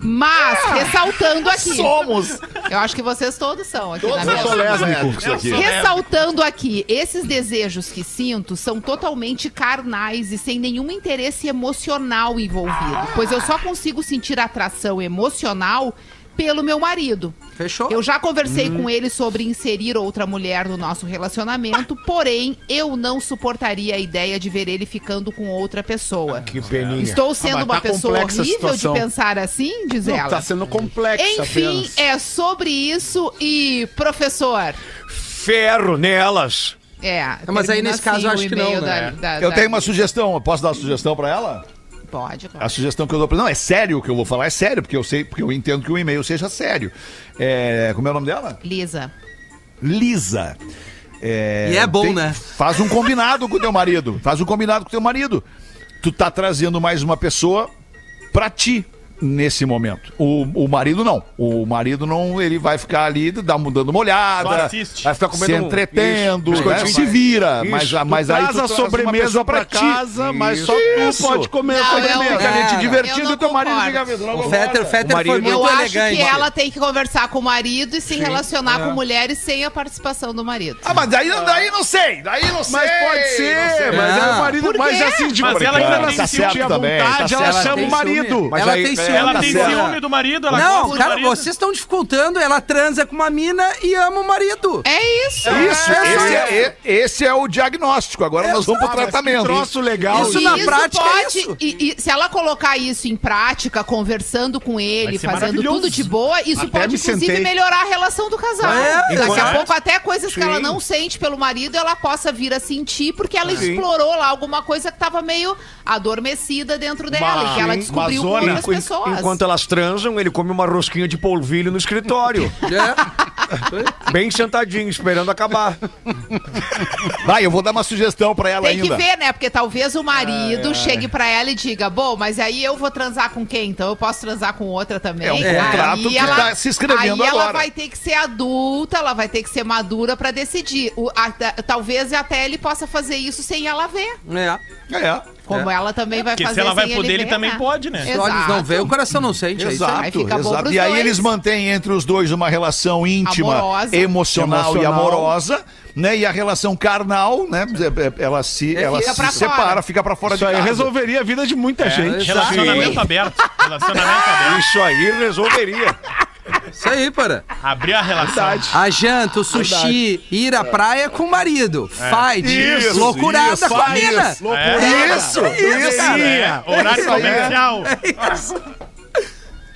Mas, ressaltando aqui.
Somos!
Eu acho que vocês todos são aqui na
Eu
mesa.
sou lésbico.
isso aqui.
Ressaltando aqui, esses desejos que sinto são totalmente carnais e sem nenhum interesse emocional envolvido, pois eu só consigo sentir atração emocional pelo meu marido.
Fechou?
Eu já conversei
Hum.
com ele sobre inserir outra mulher no nosso relacionamento, porém eu não suportaria a ideia de ver ele ficando com outra pessoa.
Que peninha.
Estou sendo
Ah, mas
uma
tá
pessoa
complexa a
horrível de
situação.
pensar assim, diz
Não,
ela.
tá sendo complexo
Enfim,
apenas.
é sobre isso e professor.
Ferro nelas.
É,
mas aí
termina assim
nesse caso eu
o
acho que não,
e-mail
né?
da-
Eu
da-
tenho uma sugestão, eu posso dar uma sugestão pra ela?
Pode, claro.
A sugestão que eu dou pra. Não, é sério o que eu vou falar, é sério, porque eu sei, porque eu entendo que o e-mail seja sério. É, como é o nome dela?
Lisa.
Lisa.
E é bom, né?
Faz um combinado com teu marido. Faz um combinado com teu marido. Tu tá trazendo mais uma pessoa pra ti nesse momento. O, o marido não. O marido não, ele vai ficar ali dá, dando uma olhada.
Só assiste.
Vai ficar
se
comendo um-
entretendo,
Isso,
né?
biscoitinho.
se vira,
Isso,
mas,
tu
mas aí
traz a sobremesa pra casa, mas só tu pode comer a
Não, eu-
sobremesa.
Fica ali te
É,
divertindo
eu
e teu marido
não
fica
concordo.
vendo. Logo
O Fetter,
agora.
Fetter foi
marido-
muito
Eu
é
acho
elegante.
que ela tem que conversar com o marido e se relacionar com mulheres sem a participação do marido.
É. Ah, mas daí, daí não sei, daí não sei.
Mas pode ser, mas
Não.
é o marido.
Por
Mas
quê?
assim, de
Mas ela
quando
ainda
ela
tem
se
ciúme
sente à
também, tá
vontade, ela
certo.
chama o
Tem ciúme.
marido.
ela
aí-
tem ciúme.
Ela
da
tem
Sara.
ciúme do marido, ela
Não,
gosta do
cara,
marido.
vocês estão dificultando. Ela transa com uma mina e ama o marido.
É
Isso,
isso.
É,
esse,
é.
Tá é, e- esse é o diagnóstico. Agora nós vamos pro tratamento.
Troço legal.
Isso
E
na prática é
pode-
isso.
E, e se ela colocar isso em prática, conversando com ele,
ser
fazendo
maravilhoso.
tudo de boa, isso
Até
pode,
me
inclusive,
sentei.
melhorar a relação do casal.
É,
Daqui a
exato.
pouco, até coisas que ela
Sim.
não sente pelo marido, ela possa vir a sentir, porque ela explorou lá alguma coisa que tava meio adormecida dentro dela, e que ela
Sim,
descobriu com
uma zona.
outras
Enqu-
pessoas.
Enquanto elas transam, ele come uma rosquinha de polvilho no escritório.
É.
bem sentadinho, esperando acabar.
Vai, eu vou dar uma sugestão pra ela
Tem que
ainda.
ver, né? Porque talvez o marido chegue pra ela e diga: Bom, mas aí eu vou transar com quem? Então eu posso transar com outra também.
É um contrato
Aí
que tá se escrevendo
Aí ela
agora.
vai ter que ser adulta, ela vai ter que ser madura pra decidir. O- a- da- talvez até ele possa fazer isso sem ela ver.
É.
É,
Como ela também vai
Porque
fazer
se ela vai
sem
poder, ele
ver,
também
né?
pode, né?
Os olhos não vê, o coração não sente. é isso aí.
Aí
exato,
fica bom
exato.
pros
E aí
dois.
eles mantêm entre os dois uma relação íntima,
Amorosa.
emocional, e
Emocional.
amorosa, né? E a relação carnal, né? Ela se,
É,
ela
fica
se
pra fora.
separa, fica pra fora
Isso
de
aí
casa.
resolveria a vida de muita gente.
Relacionamento aberto. Relacionamento aberto.
Isso aí resolveria.
Isso aí, para.
Abrir a relação.
A janta, o sushi, ir à praia com o marido. Fight,
Isso,
loucurada
isso,
com a mina.
Isso, loucura.
É.
Isso, isso,
cara.
É, horário
Isso aí.
comercial.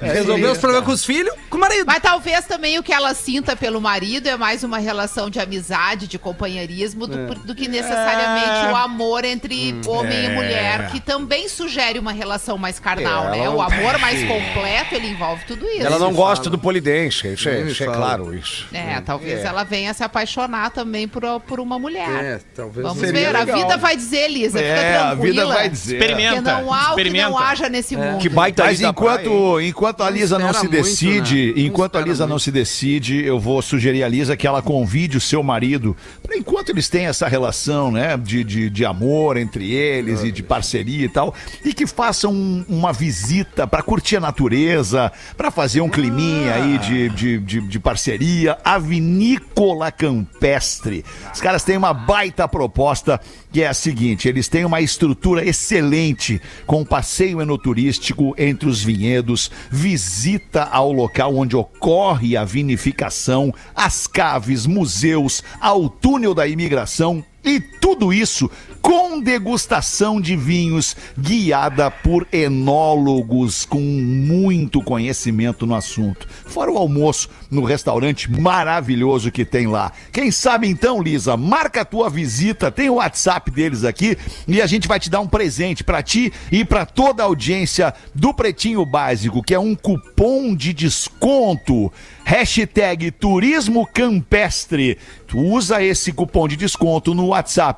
Resolver os problemas com os filhos, com o marido.
Mas talvez também o que ela sinta pelo marido é mais uma relação de amizade, de companheirismo, do, do que necessariamente
É.
o amor entre homem e mulher, que também sugere uma relação mais carnal, né? O amor mais completo, ele envolve tudo isso.
Ela não gosta do polidense, isso é, isso é claro, isso.
É, talvez ela venha se apaixonar também por, por uma mulher.
É, talvez.
Vamos
seria
ver, a
legal.
vida vai dizer, Lisa,
É,
fica
a vida
tranquila.
vai dizer.
Porque
Experimenta.
não há o que não
experimenta.
haja nesse mundo.
Que baita
Mas
ida pra
enquanto, enquanto a Lisa não
É. espera
se
muito,
decide,
né? Não
enquanto a
espera
Lisa não
muito.
se decide, eu vou sugerir a Lisa que ela convide o seu marido. Pra enquanto eles têm essa relação, né, de, de, de amor entre eles e de parceria e tal, e que façam um- uma visita pra curtir a natureza, pra fazer um climinha
Ah.
aí de, de, de, de parceria, a vinícola campestre. Os caras têm uma baita proposta que é a seguinte: eles têm uma estrutura excelente com passeio enoturístico entre os vinhedos, visita ao local onde ocorre a vinificação, as caves, museus, ao túnel da imigração e tudo isso com degustação de vinhos guiada por enólogos com muito conhecimento no assunto. Fora o almoço no restaurante maravilhoso que tem lá. Quem sabe então, Lisa, marca a tua visita, tem o WhatsApp deles aqui e a gente vai te dar um presente pra ti e pra toda a audiência do Pretinho Básico, que é um cupom de desconto. Hashtag Turismo Campestre. Tu usa esse cupom de desconto no WhatsApp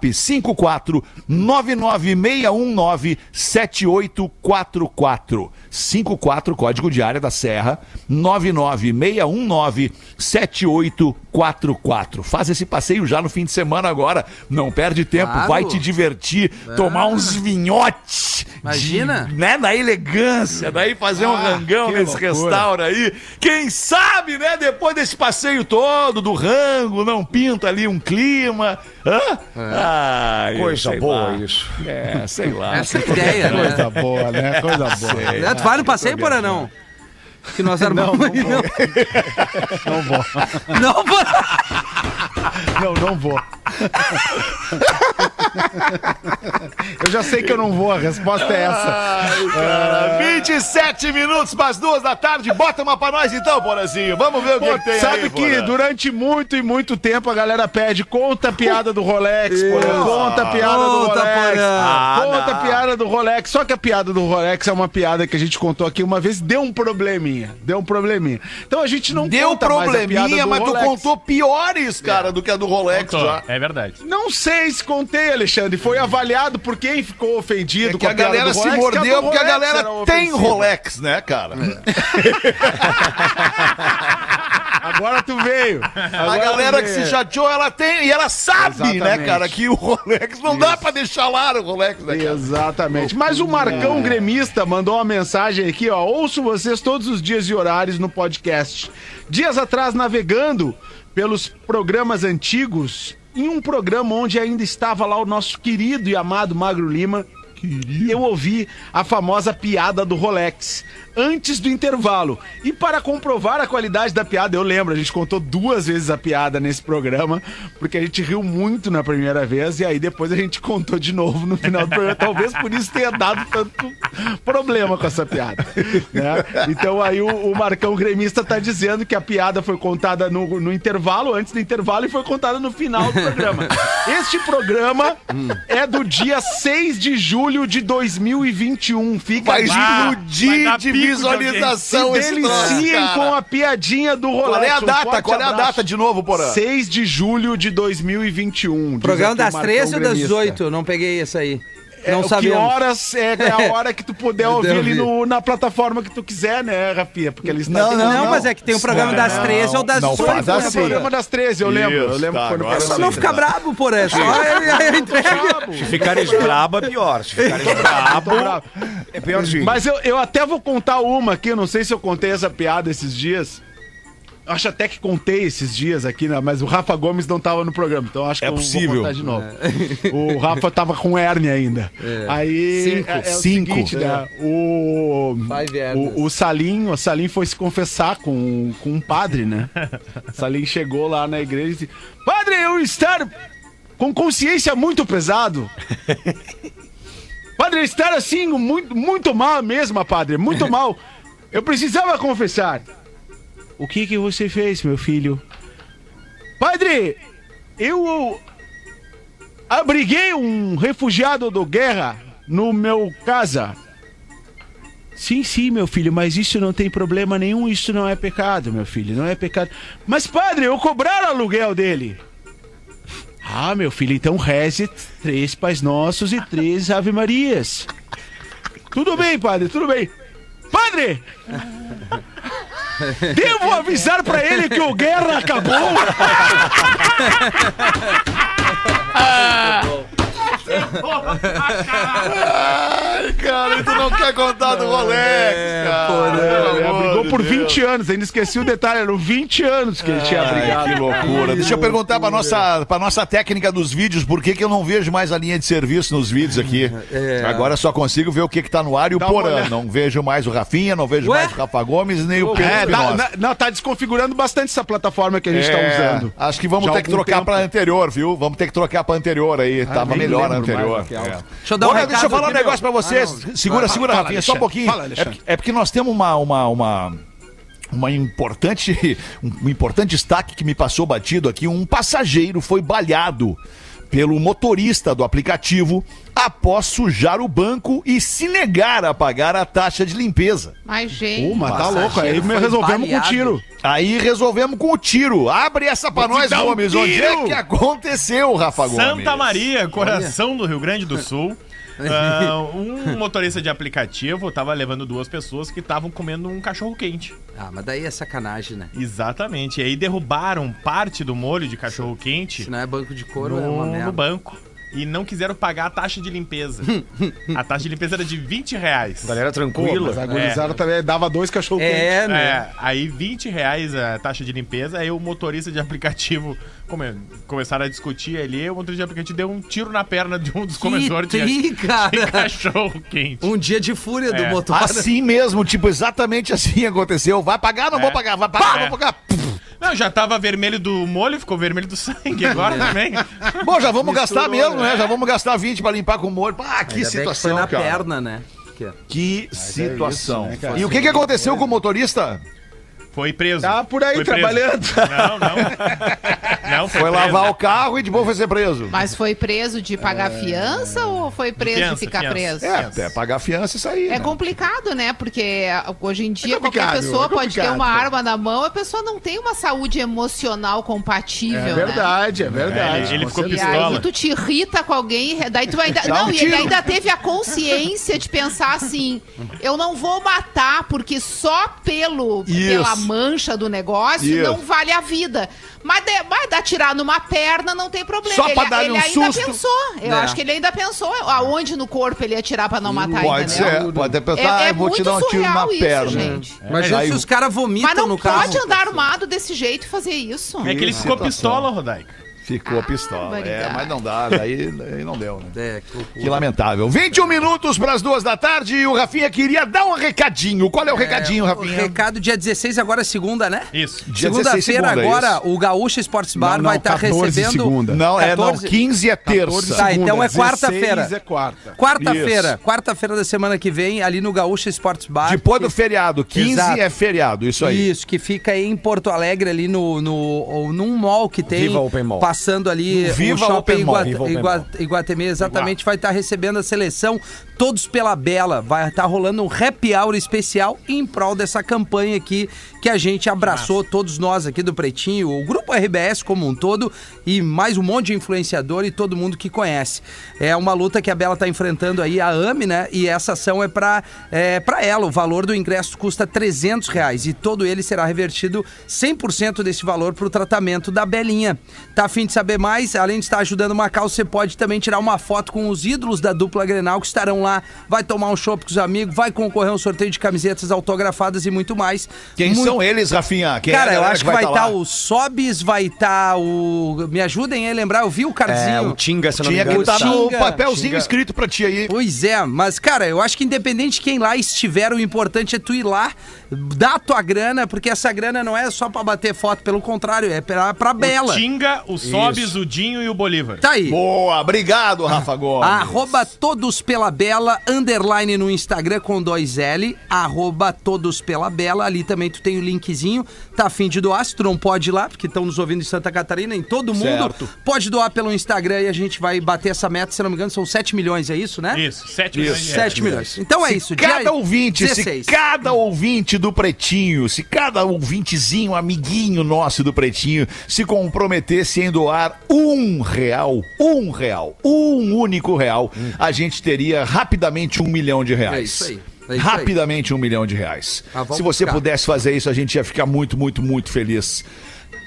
54996197844. 54, código de área da Serra, 996197844. 4444. Faz esse passeio já no fim de semana agora. Não perde tempo,
Claro.
vai te divertir, tomar uns vinhotes. de-
Imagina.
né, na elegância, daí fazer um rangão
que
nesse
loucura.
restauro aí. Quem sabe, né, depois desse passeio todo do rango, não pinta ali um clima. Hã? Ai,
Coisa
sei
boa
lá.
isso.
É, sei lá.
Essa é a ideia, né?
Coisa boa, né? Coisa boa.
É, tu vai no passeio, porra, não? Que nós armamos não, não, não. Não vou.
Não, não vou. Eu já sei que eu não vou, a resposta é essa.
Ai, cara, 27 minutos para as duas da tarde. Bota uma pra nós então, Porazinho. Vamos ver o que,
Pô,
que tem
sabe
aí,
que
Porã.
durante muito e muito tempo a galera pede conta a piada do Rolex, Porã, conta a piada do
Conta,
Rolex,
Porã.
Ah,
conta a
não.
piada do Rolex. Só que a piada do Rolex é uma piada que a gente contou aqui uma vez, deu um probleminha, deu um probleminha. Então a gente não
Deu
conta mais a piada
probleminha,
do
mas tu
Rolex.
contou piores, cara, do que a do Rolex
Contou,
já.
É verdade.
Não sei se contei, Alexandre. Foi avaliado por quem ficou
É
ofendido
que a
piada
galera
do
se
Rolex, que
mordeu
do
porque a
Rolex era É.
galera tem
ofensiva.
Rolex, né, cara?
Agora tu veio.
A
Agora
galera
tu
que
veio.
se chateou, ela tem e ela sabe, né,
Exatamente.
cara, que o Rolex não dá pra deixar lá o Rolex, né, cara?
Exatamente. Mas o Marcão Gremista mandou uma mensagem aqui, ó. Ouço vocês todos os dias e horários no podcast. Dias atrás, navegando pelos programas antigos, em um programa onde ainda estava lá o nosso querido e amado Magro Lima. Eu ouvi a famosa piada do Rolex antes do intervalo. E para comprovar a qualidade da piada, eu lembro, a gente contou duas vezes a piada nesse programa, porque a gente riu muito na primeira vez e aí depois a gente contou de novo no final do programa. Talvez por isso tenha dado tanto problema com essa piada. né? Então aí o, o Marcão Gremista tá dizendo que a piada foi contada no, no intervalo, antes do intervalo, e foi contada no final do programa. Este programa é do dia 6 de julho de 2021. Fica
Vai
lá.
vai
explodir
dar
de
pico de
visualização
Se
esse troço,
deliciem
cara.
com a piadinha do Rolex.
Qual é a
Um
data?
forte
Qual é a
abraço.
data de novo, Porã?
6 de julho de 2021. diz aqui
Programa
um. o
das
Marcão
13 ou das
Gremista.
18? Não peguei essa aí.
É,
não
o
sabemos.
Que horas é é a hora que tu puder ouvir
Deu
ali
ouvir.
no- na plataforma que tu quiser, né, Rafinha? Porque eles
Não, não, não, mas é que tem o programa das 13 ou das né,
não
18.
faz
Foi no
assim.
programa das 13, eu lembro. eu
Isso,
lembro
tá,
que foi no
agora
Só
programa
não ficar brabo, por essa. Só eu, eu
É.
entregue.
Se ficares brabo, é pior. Se ficares brabo, é piorzinho.
Mas eu, eu até vou contar uma aqui, eu não sei se eu contei essa piada esses dias. Eu Acho até que contei esses dias aqui, né? mas o Rafa Gomes não tava no programa, então eu acho que
É
eu vou
possível.
contar de novo. O Rafa tava com hérnia ainda. Aí
Cinco.
é, é o
Cinco.
seguinte, né? O,
Five hérnias.
o, o Salim, o Salim foi se confessar com, com um padre, né? Salim chegou lá na igreja e disse: Padre, eu estar com consciência muito pesado. Padre, estar assim, muito, muito mal mesmo, padre, muito mal. Eu precisava confessar. O que que você fez, meu filho? Padre, eu abriguei um refugiado do guerra no meu casa. Sim, sim, meu filho, mas isso não tem problema nenhum, isso não é pecado, meu filho, não é pecado. Mas, padre, eu cobrar o aluguel dele. Ah, meu filho, então reze três Pais Nossos e três Ave Marias. Tudo bem, padre, tudo bem. Padre! Devo avisar pra ele que o guerra acabou?
Ai, cara, tu não quer contar do Rolex, tá cara. Pelo
Ele
amor
É, brigou
de
por
Deus.
20 anos, ainda esqueci o detalhe, eram 20 anos que ele tinha
Ai,
brigado.
que loucura. Deixa eu perguntar pra nossa, pra nossa técnica dos vídeos por que, que eu não vejo mais a linha de serviço nos vídeos aqui.
É.
Agora só consigo ver o que, que tá no ar e o Porã. Não vejo mais o Rafinha, não vejo
Ué?
mais o Rafa Gomes, nem o Pedro
É, tá,
Espinosa.
na- não, tá desconfigurando bastante essa plataforma que a gente tá
É,
usando.
Acho que vamos
Já
ter que
algum
trocar
tempo.
pra anterior, viu? Vamos ter que trocar pra anterior aí. Tava
nem
melhor a
lembro mais
anterior.
do que ela.
É.
Deixa eu dar um
Olha,
recado
deixa eu falar um
aqui,
negócio pra
meu.
vocês.
Ah, não.
segura, segura,
fala,
Rafinha, só um
Alexandre.
pouquinho.
Fala,
é,
Alexandre.
porque- é porque nós temos uma. uma, uma... Uma importante, um importante destaque que me passou batido aqui: um passageiro foi baleado pelo motorista do aplicativo após sujar o banco e se negar a pagar a taxa de limpeza.
Mas,
Pô,
gente.
mas tá
Passageiro
louco, aí
foi
resolvemos com
baleado.
tiro.
Aí resolvemos com o tiro. Abre essa pra nós,
dar um
Gomes. Onde é
tiro.
que aconteceu, Rafa Gomes?
Santa Maria, coração do Rio Grande do Sul. Ah, um motorista de aplicativo tava levando duas pessoas que estavam comendo um cachorro quente.
Ah, mas daí é sacanagem, né?
Exatamente. E aí derrubaram parte do molho de cachorro quente
Se não é banco de couro, é uma
no, no
merda.
banco. E não quiseram pagar a taxa de limpeza. a taxa de limpeza era de 20 reais.
Galera tranquila.
Mas a gurizada também dava dois cachorro quente.
É, né?
É, aí 20 reais a taxa de limpeza, aí o motorista de aplicativo come- começaram a discutir ali, o motorista de aplicativo deu um tiro na perna de um dos comensores de-
tri,
de
cara.
cachorro quente.
Um dia de fúria do
É.
motor.
Assim mesmo, tipo, exatamente assim aconteceu. Vai pagar, não
É.
vou pagar. Vai pagar,
É.
não vou pagar.
Não, já tava vermelho do molho, ficou vermelho do sangue
É.
agora também.
Bom, já vamos gastar mesmo, né? Já vamos gastar 20 pra limpar com o molho. Ah, que
Ainda bem que foi
situação,
na
cara.
perna, né? Porque-
Que situação.
né, cara?
assim.
e o que, que aconteceu com o motorista?
Foi preso.
Tá por aí
Foi preso.
trabalhando.
Não, não. Não,
Foi
preso.
lavar o carro e de boa foi ser preso.
Mas foi preso de pagar fiança ou foi preso de
Fiança,
ficar
fiança.
preso?
É, até pagar fiança e sair.
É
né?
complicado, né? Porque hoje em dia qualquer
complicado,
pessoa
é
pode ter
complicado.
uma arma na mão, a pessoa não tem uma saúde emocional compatível,
É
né?
verdade, é verdade.
ele- ele
Com
ficou
E
certeza.
é
Pistola.
aí tu te irrita com alguém, daí tu ainda.
Dá um
não, e
tiro.
ele ainda teve a consciência de pensar assim: eu não vou matar, porque só pelo,
Isso.
pela mancha do negócio
Isso.
não vale a vida. Mas, de, mas atirar numa perna não tem problema.
Só
ele
pra dar-lhe
ele
um
ainda
susto.
pensou. Eu
É.
acho que ele ainda pensou aonde no corpo ele ia atirar pra não matar,
Pode
entendeu?
ser, pode até pensar,
né? É- é
eu vou te
muito
dar um tiro na
surreal isso,
perna.
gente.
Imagina
Aí
se
o-
os caras vomitam
Mas não
no
pode
carro.
andar armado desse jeito e fazer isso.
É que ele ficou pistola, Rodaica.
Ficou pistola. É,
barbaridade.
mas não dá, daí, daí não deu, né?
É, que
Que
loucura.
lamentável. 21 minutos pras duas da tarde e o Rafinha queria dar um recadinho. Qual é o recadinho,
O
Rafinha?
recado dia 16, agora é segunda, né?
Isso.
Dia 16
Segunda-feira
segunda, é
agora,
isso?
o Gaúcha Sports Bar
Não, não,
vai estar
14
recebendo.
segunda.
Não, é não.
14.
15 é terça.
Tá, então é
16
quarta-feira.
é quarta.
Quarta-feira, quarta-feira da semana que vem, ali no Gaúcha Sports Bar.
Depois do feriado. 15
Exato.
é feriado, isso aí.
Isso, que fica em Porto Alegre, ali no, no, ou num mall que tem.
Viva Open Mall.
Passando ali
Viva
o shopping
Open Mall,
Igua-
Viva Open
Igua-
Mall.
Iguatemi, exatamente, vai estar recebendo a seleção Todos pela Bela. Vai estar rolando um happy hour especial em prol dessa campanha aqui que a gente abraçou, todos nós aqui do Pretinho, o grupo RBS como um todo e mais um monte de influenciador e todo mundo que conhece. É uma luta que a Bela está enfrentando aí, a AME, né? E essa ação é para é, pra ela. O valor do ingresso custa 300 reais e todo ele será revertido 100% desse valor para o tratamento da Belinha. Tá afim de saber mais? Além de estar ajudando uma causa, você pode também tirar uma foto com os ídolos da dupla Grenal que estarão lá, vai tomar um chopp com os amigos, vai concorrer a um sorteio de camisetas autografadas e muito mais.
Quem
muito...
são eles, Rafinha? Quem é a
Cara, eu
galera
acho que vai
tá
estar
lá?
o Sobis, vai estar o. Me ajudem aí a lembrar, eu vi o
É,
Cardzinho.
o Tinga, se eu não me
Tinha que
engano.
estar
tá
no
Xinga,
papelzinho
xinga.
escrito pra ti aí.
Pois é, mas cara, eu acho que independente de quem lá estiver, o importante é tu ir lá, dar a tua grana, porque essa grana não é só pra bater foto, pelo contrário, é pra, pra
O
Bela.
Tinga, o Sobes, o Dinho e o Bolívar.
Tá aí.
Boa,
Ah,
obrigado, Rafa Gomes.
Arroba Todos Pela Bela, underline no Instagram com dois L, arroba Todos Pela Bela, ali também tu tem o linkzinho, tá afim de doar, se tu não pode ir lá, porque estão nos ouvindo em Santa Catarina, em todo mundo,
Certo.
pode doar pelo Instagram e a gente vai bater essa meta, se não me engano são 7 milhões, é isso, né?
Isso, 7 milhões de reais.
7 milhões. Então é isso, dia
Cada ouvinte, se
16.
cada ouvinte do Pretinho, se cada ouvintezinho, amiguinho nosso do Pretinho, se comprometesse em doar um real, um real, um único real, a gente teria rapidamente um milhão de reais.
Hum. É isso aí, é isso aí.
rapidamente um milhão de reais.
Ah, vamos
se você
buscar.
pudesse fazer isso, a gente ia ficar muito, muito, muito feliz.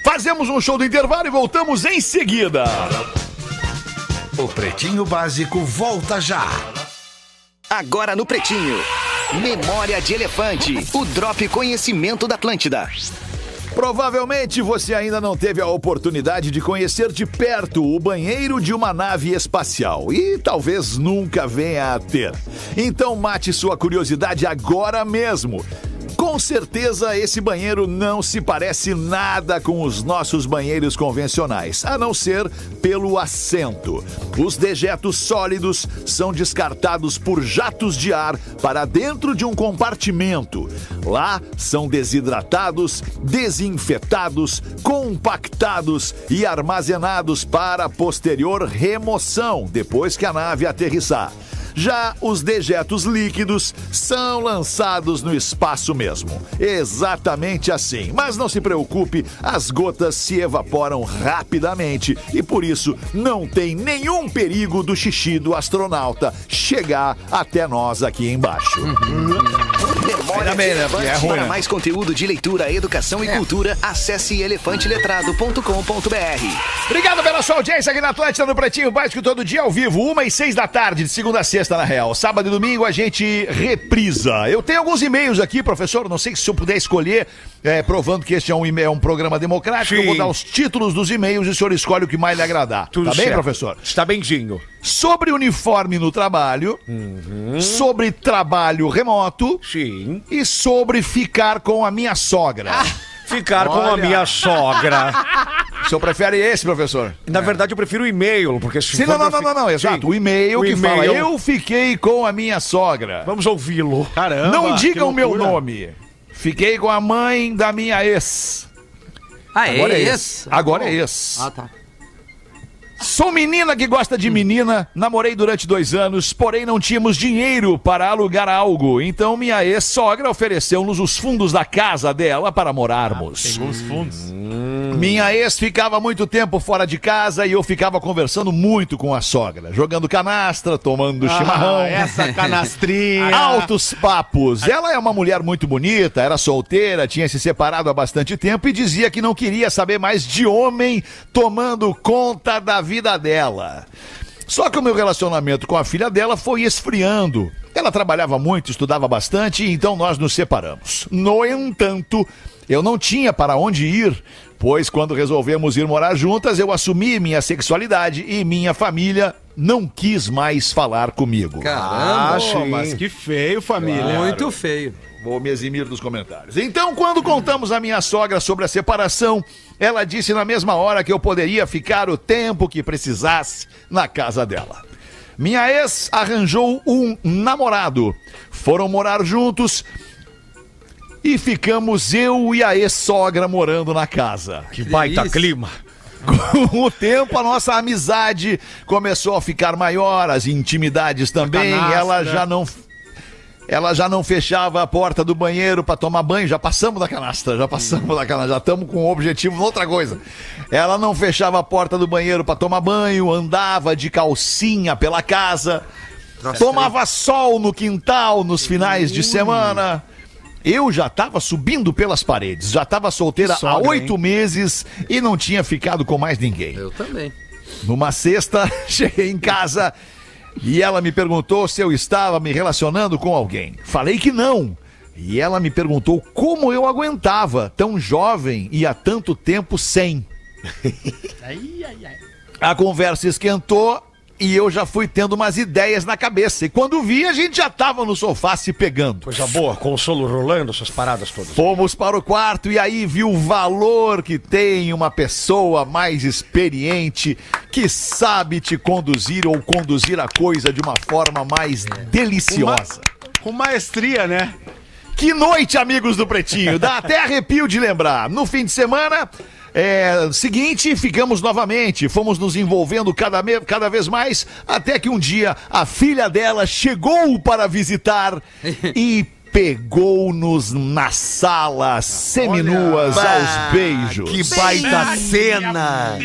Fazemos um show do intervalo e voltamos em seguida.
O Pretinho Básico volta já.
Agora no Pretinho. Memória de Elefante. O Drop Conhecimento da Atlântida.
Provavelmente você ainda não teve a oportunidade de conhecer de perto o banheiro de uma nave espacial e talvez nunca venha a ter. Então mate sua curiosidade agora mesmo. Com certeza esse banheiro não se parece nada com os nossos banheiros convencionais, a não ser pelo assento. Os dejetos sólidos são descartados por jatos de ar para dentro de um compartimento. Lá são desidratados, desinfetados, compactados e armazenados para posterior remoção depois que a nave aterrissar. Já os dejetos líquidos são lançados no espaço mesmo. Exatamente assim. Mas não se preocupe, as gotas se evaporam rapidamente e por isso não tem nenhum perigo do xixi do astronauta chegar até nós aqui embaixo.
Memória
bem,
de
né?
Elefante.
É ruim,
Para
né?
mais conteúdo de leitura, educação
É.
e cultura, acesse elefanteletrado.com.br.
Obrigado pela sua audiência aqui na Atlântida, no Pretinho Básico, todo dia ao vivo, uma e seis da tarde, de segunda a sexta, na real. Sábado e domingo a gente reprisa. Eu tenho alguns e-mails aqui, professor, não sei se o senhor puder escolher, eh, provando que este é um, e-mail- é um programa democrático, eu vou
Sim.
dar os títulos dos e-mails e o senhor escolhe o que mais lhe agradar.
Tudo
tá bem,
certo.
professor?
Está benzinho.
Sobre uniforme no trabalho,
Uhum.
sobre trabalho remoto
Sim.
e sobre ficar com a minha sogra.
Ah. Ficar com a minha sogra.
O senhor prefere esse, professor?
Na verdade, eu prefiro o e-mail, porque se
É. Sim,
for
não, não,
pra
não, não,
fi-
não, exato.
Sim.
O e-mail
O
que fala,
e-mail.
eu fiquei com a minha sogra.
Vamos ouvi-lo.
Caramba.
não
que
digam meu
loucura.
nome. Fiquei com a mãe da minha ex.
Ah, é,
Agora é
esse?
ex. Agora
Oh.
é ex.
Ah, tá.
Sou menina que gosta de menina, namorei durante dois anos, porém não tínhamos dinheiro para alugar algo. Então minha ex-sogra ofereceu-nos os fundos da casa dela para
Ah,
morarmos.
Pegou os fundos.
Minha ex ficava muito tempo fora de casa e eu ficava conversando muito com a sogra, jogando canastra, tomando chimarrão.
é
Ah, essa canastrinha.
Altos papos. Ela é uma mulher muito bonita, era solteira, tinha se separado há bastante tempo e dizia que não queria saber mais de homem tomando conta da vida dela. Só que o meu relacionamento com a filha dela foi esfriando. Ela trabalhava muito, estudava bastante, então nós nos separamos. No entanto, eu não tinha para onde ir, pois quando resolvemos ir morar juntas, eu assumi minha sexualidade e minha família não quis mais falar comigo.
Caramba.
Pô, mas que feio, família.
Muito feio.
Vou me eximir dos comentários. Então, quando contamos à minha sogra sobre a separação, ela disse na mesma hora que eu poderia ficar o tempo que precisasse na casa dela. Minha ex arranjou um namorado. Foram morar juntos e ficamos eu e a ex-sogra morando na casa.
Que baita
delícia.
clima.
Com o tempo, a nossa amizade começou a ficar maior, as intimidades também.
canastra.
Ela já não. Ela já não fechava a porta do banheiro para tomar banho, já passamos da canastra, já passamos da canastra, já estamos com o objetivo noutra coisa. Ela não fechava a porta do banheiro para tomar banho, andava de calcinha pela casa,
Tá
tomava sol no quintal nos finais de semana. Eu já estava subindo pelas paredes, já estava solteira
Que sogra,
há oito meses e não tinha ficado com mais ninguém.
Eu também.
Numa sexta, cheguei em casa e ela me perguntou se eu estava me relacionando com alguém. Falei que não. E ela me perguntou como eu aguentava, tão jovem e há tanto tempo sem. A conversa esquentou e eu já fui tendo umas ideias na cabeça. E quando vi, a gente já estava no sofá se pegando.
Coisa boa, consolo rolando, essas paradas todas.
Fomos para o quarto e aí vi o valor que tem uma pessoa mais experiente que sabe te conduzir ou conduzir a coisa de uma forma mais deliciosa.
Com maestria, né?
Que noite, amigos do Pretinho! Dá até arrepio de lembrar. No fim de semana. é, seguinte, ficamos novamente, fomos nos envolvendo cada, me- cada vez mais, até que um dia a filha dela chegou para visitar e pegou-nos na sala, seminuas aos beijos.
Que baita cena!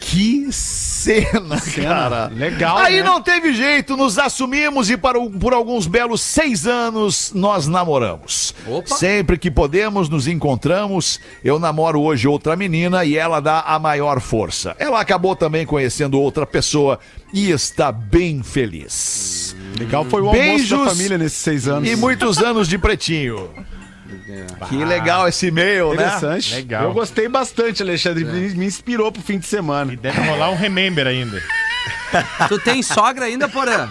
Que cena, cara.
Legal,
Aí
né?
não teve jeito, nos assumimos e para, o- por alguns belos seis anos nós namoramos.
Opa.
Sempre que podemos, nos encontramos. Eu namoro hoje outra menina e ela dá a maior força. Ela acabou também conhecendo outra pessoa e está bem feliz.
Legal foi o almoço
Beijos
da família nesses seis anos.
E muitos anos de pretinho.
Ah.
Que legal esse e-mail, né?
interessante.
Legal.
Eu gostei bastante, Alexandre. Me- Me inspirou pro fim de semana.
Deve rolar um remember ainda.
Tu tem sogra ainda, Porã?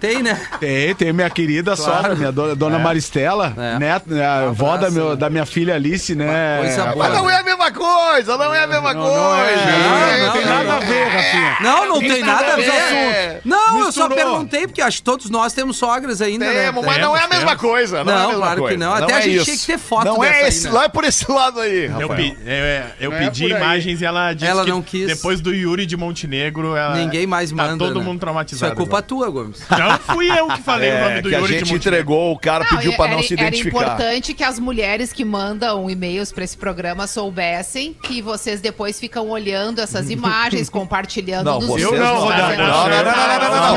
Tem, né?
Tem, tem minha querida sogra, minha dona, dona Maristela,
É.
neta, né, a avó da,
abraço,
meu-
né?
da minha filha Alice, né?
Coisa boa.
Mas não é a mesma mesma coisa, não é a mesma coisa.
é, não, não, não.
Rafinha.
Não, não tem
Misturamos
nada a ver. É.
assuntos.
Não, eu só
Misturou.
perguntei, porque acho que todos nós temos sogras ainda, né?
Temos, mas não é a
Temos,
mesma
temos.
coisa. Não, é a
Não,
mesma
claro que
coisa.
não. Até a
é
gente
isso.
tinha que ter foto
Não
dessa
é
aí,
esse
né?
lá, é por esse lado aí,
Eu,
Rafael.
pe- eu- eu- eu
Não é
pedi
por aí.
imagens e ela disse
Ela
que
não quis.
depois do Yuri de Montenegro,
Ah,
ela
Ninguém mais
tá
manda.
todo
né?
mundo
Isso
traumatizado.
é culpa tua, Gomes.
agora. Não fui eu que falei o nome
É,
do
que a
Yuri de
gente
Montenegro.
entregou, o cara pediu pra não se
Era
identificar.
importante que as mulheres que mandam e-mails pra esse programa soubessem que vocês depois ficam olhando essas imagens, compartilhando
Não,
nos
vocês
grupos,
não,
fazendo
Não, não, não, não, não, não, não, não.
Não,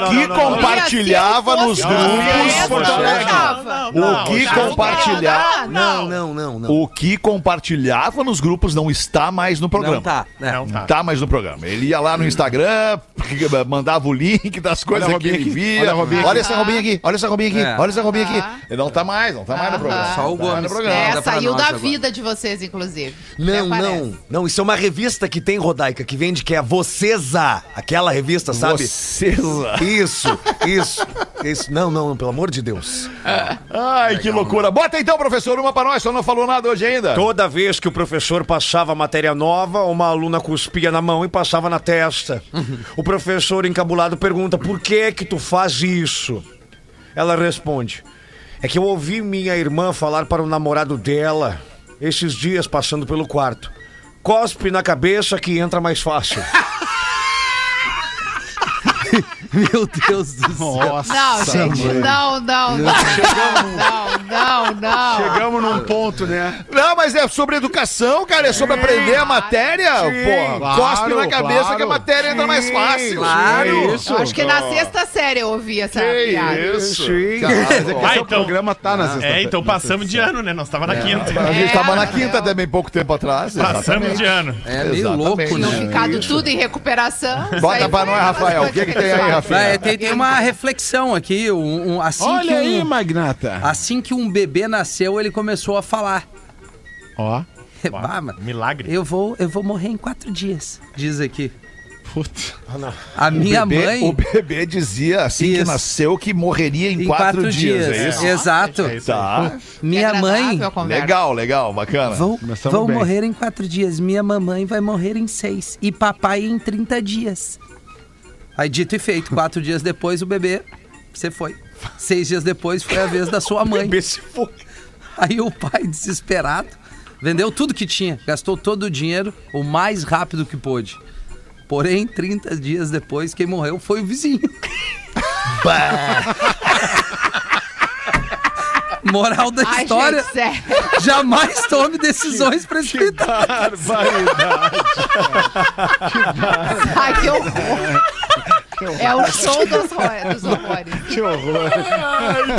não,
O que
não, não, não.
compartilhava nos
Se eu fosse
grupos
essa,
Porto
eu
Alegre.
mandava.
O que
Ah,
compartilhava...
Não, não,
Não, não, não, não.
O que compartilhava nos grupos não está mais no programa.
Não tá. né?
Não,
Não
tá.
tá mais no programa. Ele ia lá no Instagram, mandava o link das coisas
Olha a
que ele
Robinha aqui.
via.
Olha a Robinha
Olha
aqui. Ah.
essa robinha aqui, olha essa robinha aqui,
É.
olha essa robinha
Aham.
aqui. Ele não tá mais, não tá mais no
Aham.
programa.
Só o
Não tá mais
Gomes.
no programa.
Não,
É,
dá pra
saiu
nós
da
agora.
vida de vocês, inclusive. Até
Não,
parece.
não, não. Isso é uma revista que tem, Rodaica, que vende, que é a Vocêsa. Aquela revista, sabe?
Vocês-
Isso, isso, isso. Não, não, não, pelo amor de Deus.
Ai, que loucura. Bota então, professor, uma pra nós, só não falou nada hoje ainda.
Toda vez que o professor passava matéria nova, uma aluna cuspia na mão e passava na testa. O professor encabulado pergunta: "Por que é que tu faz isso?" Ela responde: "É que eu ouvi minha irmã falar para o namorado dela esses dias passando pelo quarto. Cospe na cabeça que entra mais fácil."
Meu Deus do céu.
Nossa.
Não, gente, não, não, não. Não, não, não.
Chegamos num ponto, né?
Não, mas é sobre educação, cara, é sobre aprender a matéria. Pô,
claro,
cospe na cabeça
claro.
que a matéria entra mais fácil.
Claro.
Isso.
Eu acho que é na sexta série eu ouvi essa piada.
Isso.
Ah,
Esse é o
então,
programa tá na sexta.
é, então passamos de ano, né? Nós tava na
A
quinta.
gente
É,
tava na
não.
quinta também, pouco tempo atrás.
Passamos de ano.
É meio
Exatamente.
louco,
Tinham
né?
ficado tudo em recuperação. Isso
Bota
aí
pra nós,
foi uma
Rafael.
coisa
O que que tem aí,
fez.
Rafael?
É, tem, tem uma reflexão aqui, um, um- assim que
Olha
um,
aí, Magnata.
assim que um bebê nasceu, ele começou a falar.
Ó.
Bah, mano,
Milagre.
eu vou, eu vou morrer em quatro dias, diz aqui.
Puta.
A minha
Um bebê-
mãe
O bebê dizia assim que
Isso.
nasceu que morreria em,
em
quatro,
quatro
dias, é isso?
Exato.
É isso aí.
Tá.
Minha mãe
Agradável a conversa.
Legal, legal, bacana.
vão,
Começamos
vão
bem.
morrer em quatro dias. Minha mamãe vai morrer em seis e papai em 30 dias. Aí dito e feito, quatro dias depois o bebê, você foi. Seis dias depois foi a vez da sua mãe.
Esse foi.
Aí o pai, desesperado, vendeu tudo que tinha, gastou todo o dinheiro o mais rápido que pôde. Porém, 30 dias depois, quem morreu foi o vizinho. Moral da
Ai,
história:
gente, sério.
jamais tome decisões precipitadas.
Ai, que horror. É o show dos, ro- dos horrores.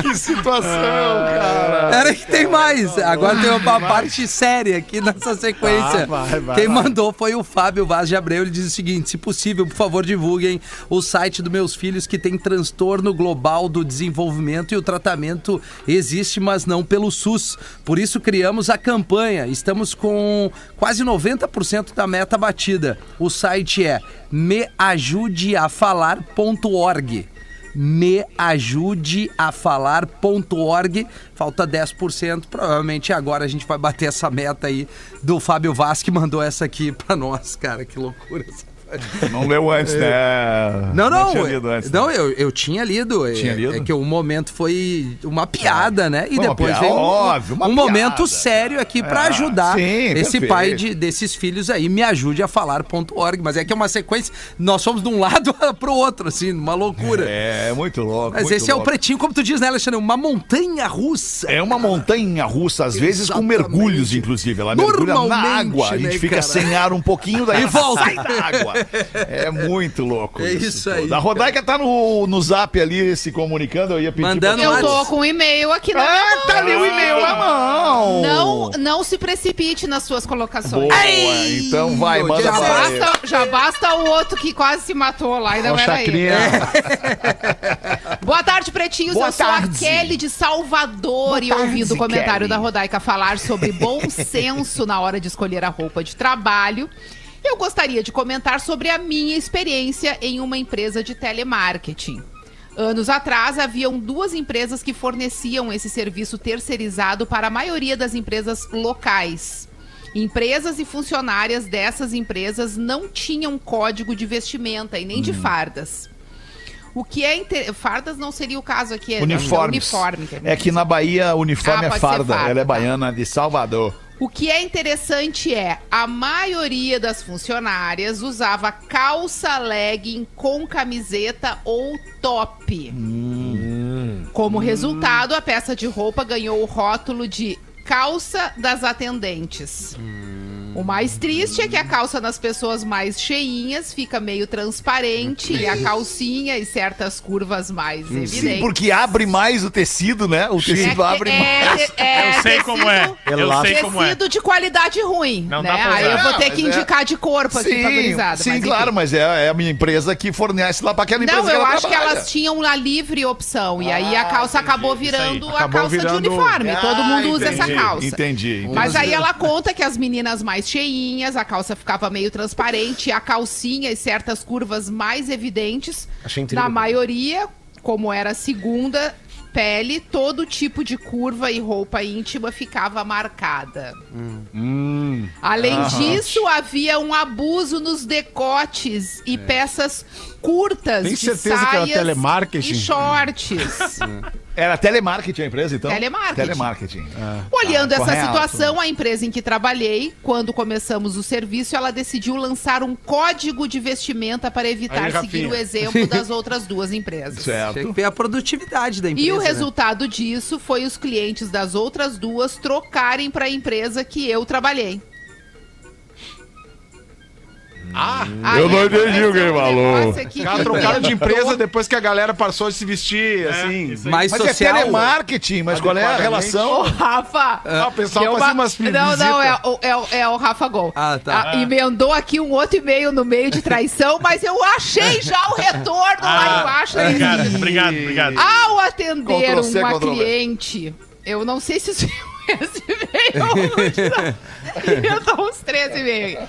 Que situação, cara.
Era que tem mais. Agora tem uma parte séria aqui nessa sequência. Quem mandou foi o Fábio Vaz de Abreu. Ele diz o seguinte: se possível, por favor, divulguem o site dos meus filhos que tem transtorno global do desenvolvimento e o tratamento existe, mas não pelo SUS. Por isso criamos a campanha. Estamos com quase 90% da meta batida. O site é meajudeafalar.org meajudeafalar.org. Falta 10%. Provavelmente agora a gente vai bater essa meta aí do Fábio Vaz que mandou essa aqui pra nós, cara. Que loucura.
Não leu antes, né?
É. Não, não.
tinha
Não,
lido antes, né?
eu, eu tinha lido.
Tinha
é,
lido?
É que o momento foi uma piada, né? E
Foi uma
depois
piada,
veio um,
óbvio, uma
um
piada. Ah,
momento sério aqui pra ajudar
sim,
esse
perfeito.
pai de- desses filhos aí. Me ajude a falar.org. Mas é que é uma sequência. Nós somos de um lado pro outro, assim, uma loucura.
É, muito louco.
Mas
muito
esse é o
louco.
pretinho, como tu diz, né, Alexandre? Uma montanha russa.
É uma montanha russa, às vezes com
Exatamente.
mergulhos, inclusive. Ela mergulha na
Normalmente,
água, a gente
né,
fica
cara?
sem ar um pouquinho, daí
E volta.
sai da água. É muito louco.
É isso aí,
tudo. A Rodaica tá no, no zap ali se comunicando, eu ia pedir.
Mandando
pra...
Eu tô com um e-mail aqui na minha
Ah, tá ali o e-mail na mão.
mão. Não, não se precipite nas suas colocações.
Boa, então vai,
meu
manda
Já
Deus.
pra ele.
basta, já basta o outro que quase se matou lá, ainda
Ó,
não era ele.
chacrinha.
É.
Boa tarde, pretinhos.
Boa
Eu sou
tarde.
a Kelly de Salvador e ouvindo o comentário da Rodaica falar sobre bom senso na hora de escolher a roupa de trabalho. Eu gostaria de comentar sobre a minha experiência em uma empresa de telemarketing. Anos atrás, haviam duas empresas que forneciam esse serviço terceirizado para a maioria das empresas locais. Empresas e funcionárias dessas empresas não tinham código de vestimenta e nem
Hum.
de fardas. O que é. Inter... Fardas não seria o caso aqui, é
Uniformes.
uniforme.
É que na Bahia, o uniforme
Ah,
é
pode ser
farda.
farda,
Ela é
tá.
baiana de Salvador.
O que é interessante é a maioria das funcionárias usava calça legging com camiseta ou top. Como resultado, a peça de roupa ganhou o rótulo de calça das atendentes. O mais triste é que a calça nas pessoas mais cheinhas fica meio transparente e a calcinha e certas curvas mais evidentes.
Sim, porque abre mais o tecido, né? O
É
tecido
que
abre mais.
é, é,
Eu sei como é.
tecido-
Eu sei como é.
Tecido de qualidade ruim,
Não
né?
dá pra usar.
Aí eu vou
Não,
ter
mas
que
é-
indicar de corpo aqui pra
Sim,
gurizada.
sim
mas
claro,
enfim.
mas é, é a minha empresa que fornece lá pra aquela empresa
Não, eu
ela
acho
trabalha.
que elas tinham lá livre opção. E aí a calça acabou virando a
Acabou
calça de
virando-
uniforme. Todo
Ah,
mundo usa
entendi,
essa calça.
Entendi. entendi.
Mas aí ela conta que as meninas mais cheinhas, a calça ficava meio transparente, a calcinha e certas curvas mais evidentes.
Achei incrível.
na maioria, como era a segunda pele, todo tipo de curva e roupa íntima ficava marcada.
Hum.
Além
Ah.
disso, havia um abuso nos decotes e peças curtas
É. Tem
de
certeza que era
saias
telemarketing?
e shorts.
Era telemarketing a empresa, então?
Telemarketing.
Telemarketing.
Olhando
Ah,
essa
correto.
situação, a empresa em que trabalhei, quando começamos o serviço, ela decidiu lançar um código de vestimenta para evitar
Aí,
seguir
Rafinha.
o exemplo das outras duas
Tem que
empresas.
Certo.
ver a produtividade da empresa.
E o
né?
resultado disso foi os clientes das outras duas trocarem para a empresa que eu trabalhei. Ah,
eu não entendi o que ele falou.
Os caras trocaram de empresa depois que a galera passou a se vestir, assim.
isso aí.
Mais
Mas é
social.
telemarketing, mas qual é a
Adequadamente.
relação?
Rafa.
Ah, o pessoal
deu
fazia umas
Não, não,
visitas.
é, o- é, o- é o Rafa Gol.
Ah, tá.
emendou aqui um outro e-mail no meio de traição, mas eu achei já o retorno lá embaixo. desse
Obrigado,
vídeo.
obrigado, obrigado.
Ao atender
Ctrl C,
uma
Ctrl V.
cliente, eu não sei se isso é esse e-mail eu dou uns 13 e-mail.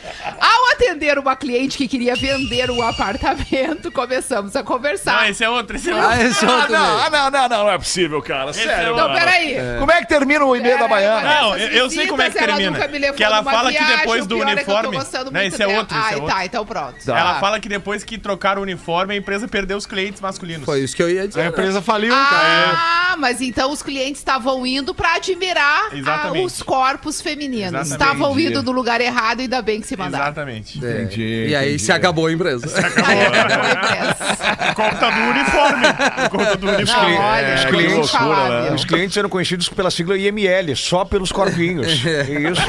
Ao atender uma cliente que queria vender um apartamento, começamos a
Não,
conversar.
esse é outro, esse é outro.
Ah, esse é
Ah,
outro
não,
mesmo.
ah, não, não, não, não é possível, cara.
Esse
Sério.
é
Então,
outro.
peraí.
Como é que termina o e-mail da Baiana?
Não,
Essas
eu- eu sei como é que
visitas, ela
termina.
nunca me levou
Que ela
numa
fala que
viagem,
depois do
o pior é que eu tô
uniforme-
gostando
Não,
muito
esse é
dela.
outro, esse
Ah,
é outro.
tá, então pronto.
Ela
Ah.
fala que depois que trocaram o uniforme, a empresa perdeu os clientes masculinos.
Foi isso que eu ia
A
dizer.
empresa faliu, cara.
é.
Ah, mas então os clientes estavam indo pra admirar a-
Exatamente.
os corpos femininos.
Exatamente.
Estavam indo no lugar errado, ainda bem que se mandaram.
Exatamente.
É.
Entendi,
E aí
entendi.
se acabou a empresa.
Aí acabou a empresa.
Por conta do uniforme. Por conta do uniforme.
Não, olha,
os
é,
clientes-
clientes falar,
né?
viu?
Os clientes eram conhecidos pela sigla IML, só pelos corpinhos. É Isso.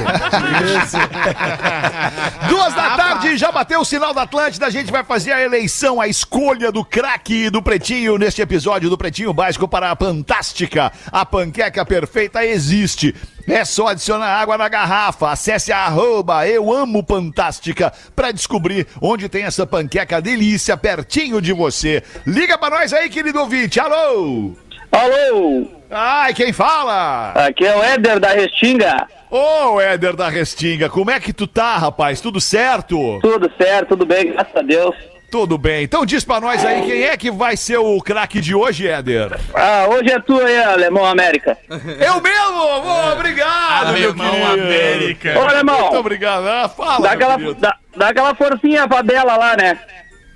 Duas da tarde, já bateu o sinal da Atlântida. A gente vai fazer a eleição, a escolha do craque do Pretinho neste episódio do Pretinho Básico para a Fantástica. A panqueca perfeita existe. É só adicionar água na garrafa. Acesse a arroba Eu Amo Fantástica para descobrir onde tem essa panqueca delícia pertinho de você. Liga para nós aí, querido ouvinte. Alô!
Alô,
Ai, quem fala?
aqui é o Éder da Restinga.
Ô, Éder da Restinga, como é que tu tá, rapaz? Tudo certo?
Tudo certo, tudo bem, graças a Deus.
Tudo bem. Então diz pra nós aí quem é que vai ser o craque de hoje, Éder.
Ah, hoje é tua aí, Alemão América.
Eu mesmo! Ô, obrigado, meu
Alemão
querido.
América.
Ô,
Muito
Alemão,
obrigado. Ah, fala,
dá
meu
aquela,
querido.
dá, dá aquela forcinha pra Bela lá, né?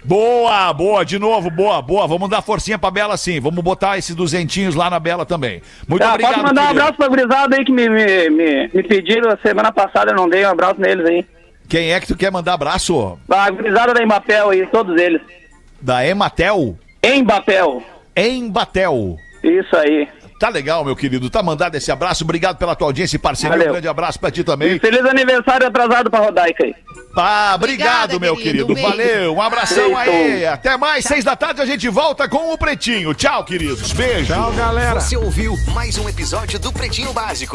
Boa, boa, de novo, boa, boa. Vamos dar forcinha pra Bela sim. Vamos botar esses duzentinhos lá na Bela também. Muito
Tá,
obrigado,
pode mandar um
querido.
abraço pra gurizada aí que me, me, me, me pediram semana passada, eu não dei um abraço neles aí.
Quem é que tu quer mandar abraço?
Ah, A gurizada da Embapel aí, todos eles.
Da Ematel?
Embapel,
Embatel.
isso aí.
Tá legal, meu querido. Tá mandado esse abraço. Obrigado pela tua audiência e parceria.
Valeu.
Um grande abraço pra ti
E
também.
feliz aniversário atrasado pra Rodaica aí.
Ah, obrigado,
Obrigada,
meu
querido.
querido.
Um beijo.
Valeu, um abração
Beijo.
aí. Até mais, seis da tarde a gente volta com o Pretinho. Tchau, queridos. Beijo.
Tchau, galera.
Você ouviu mais um episódio do Pretinho Básico.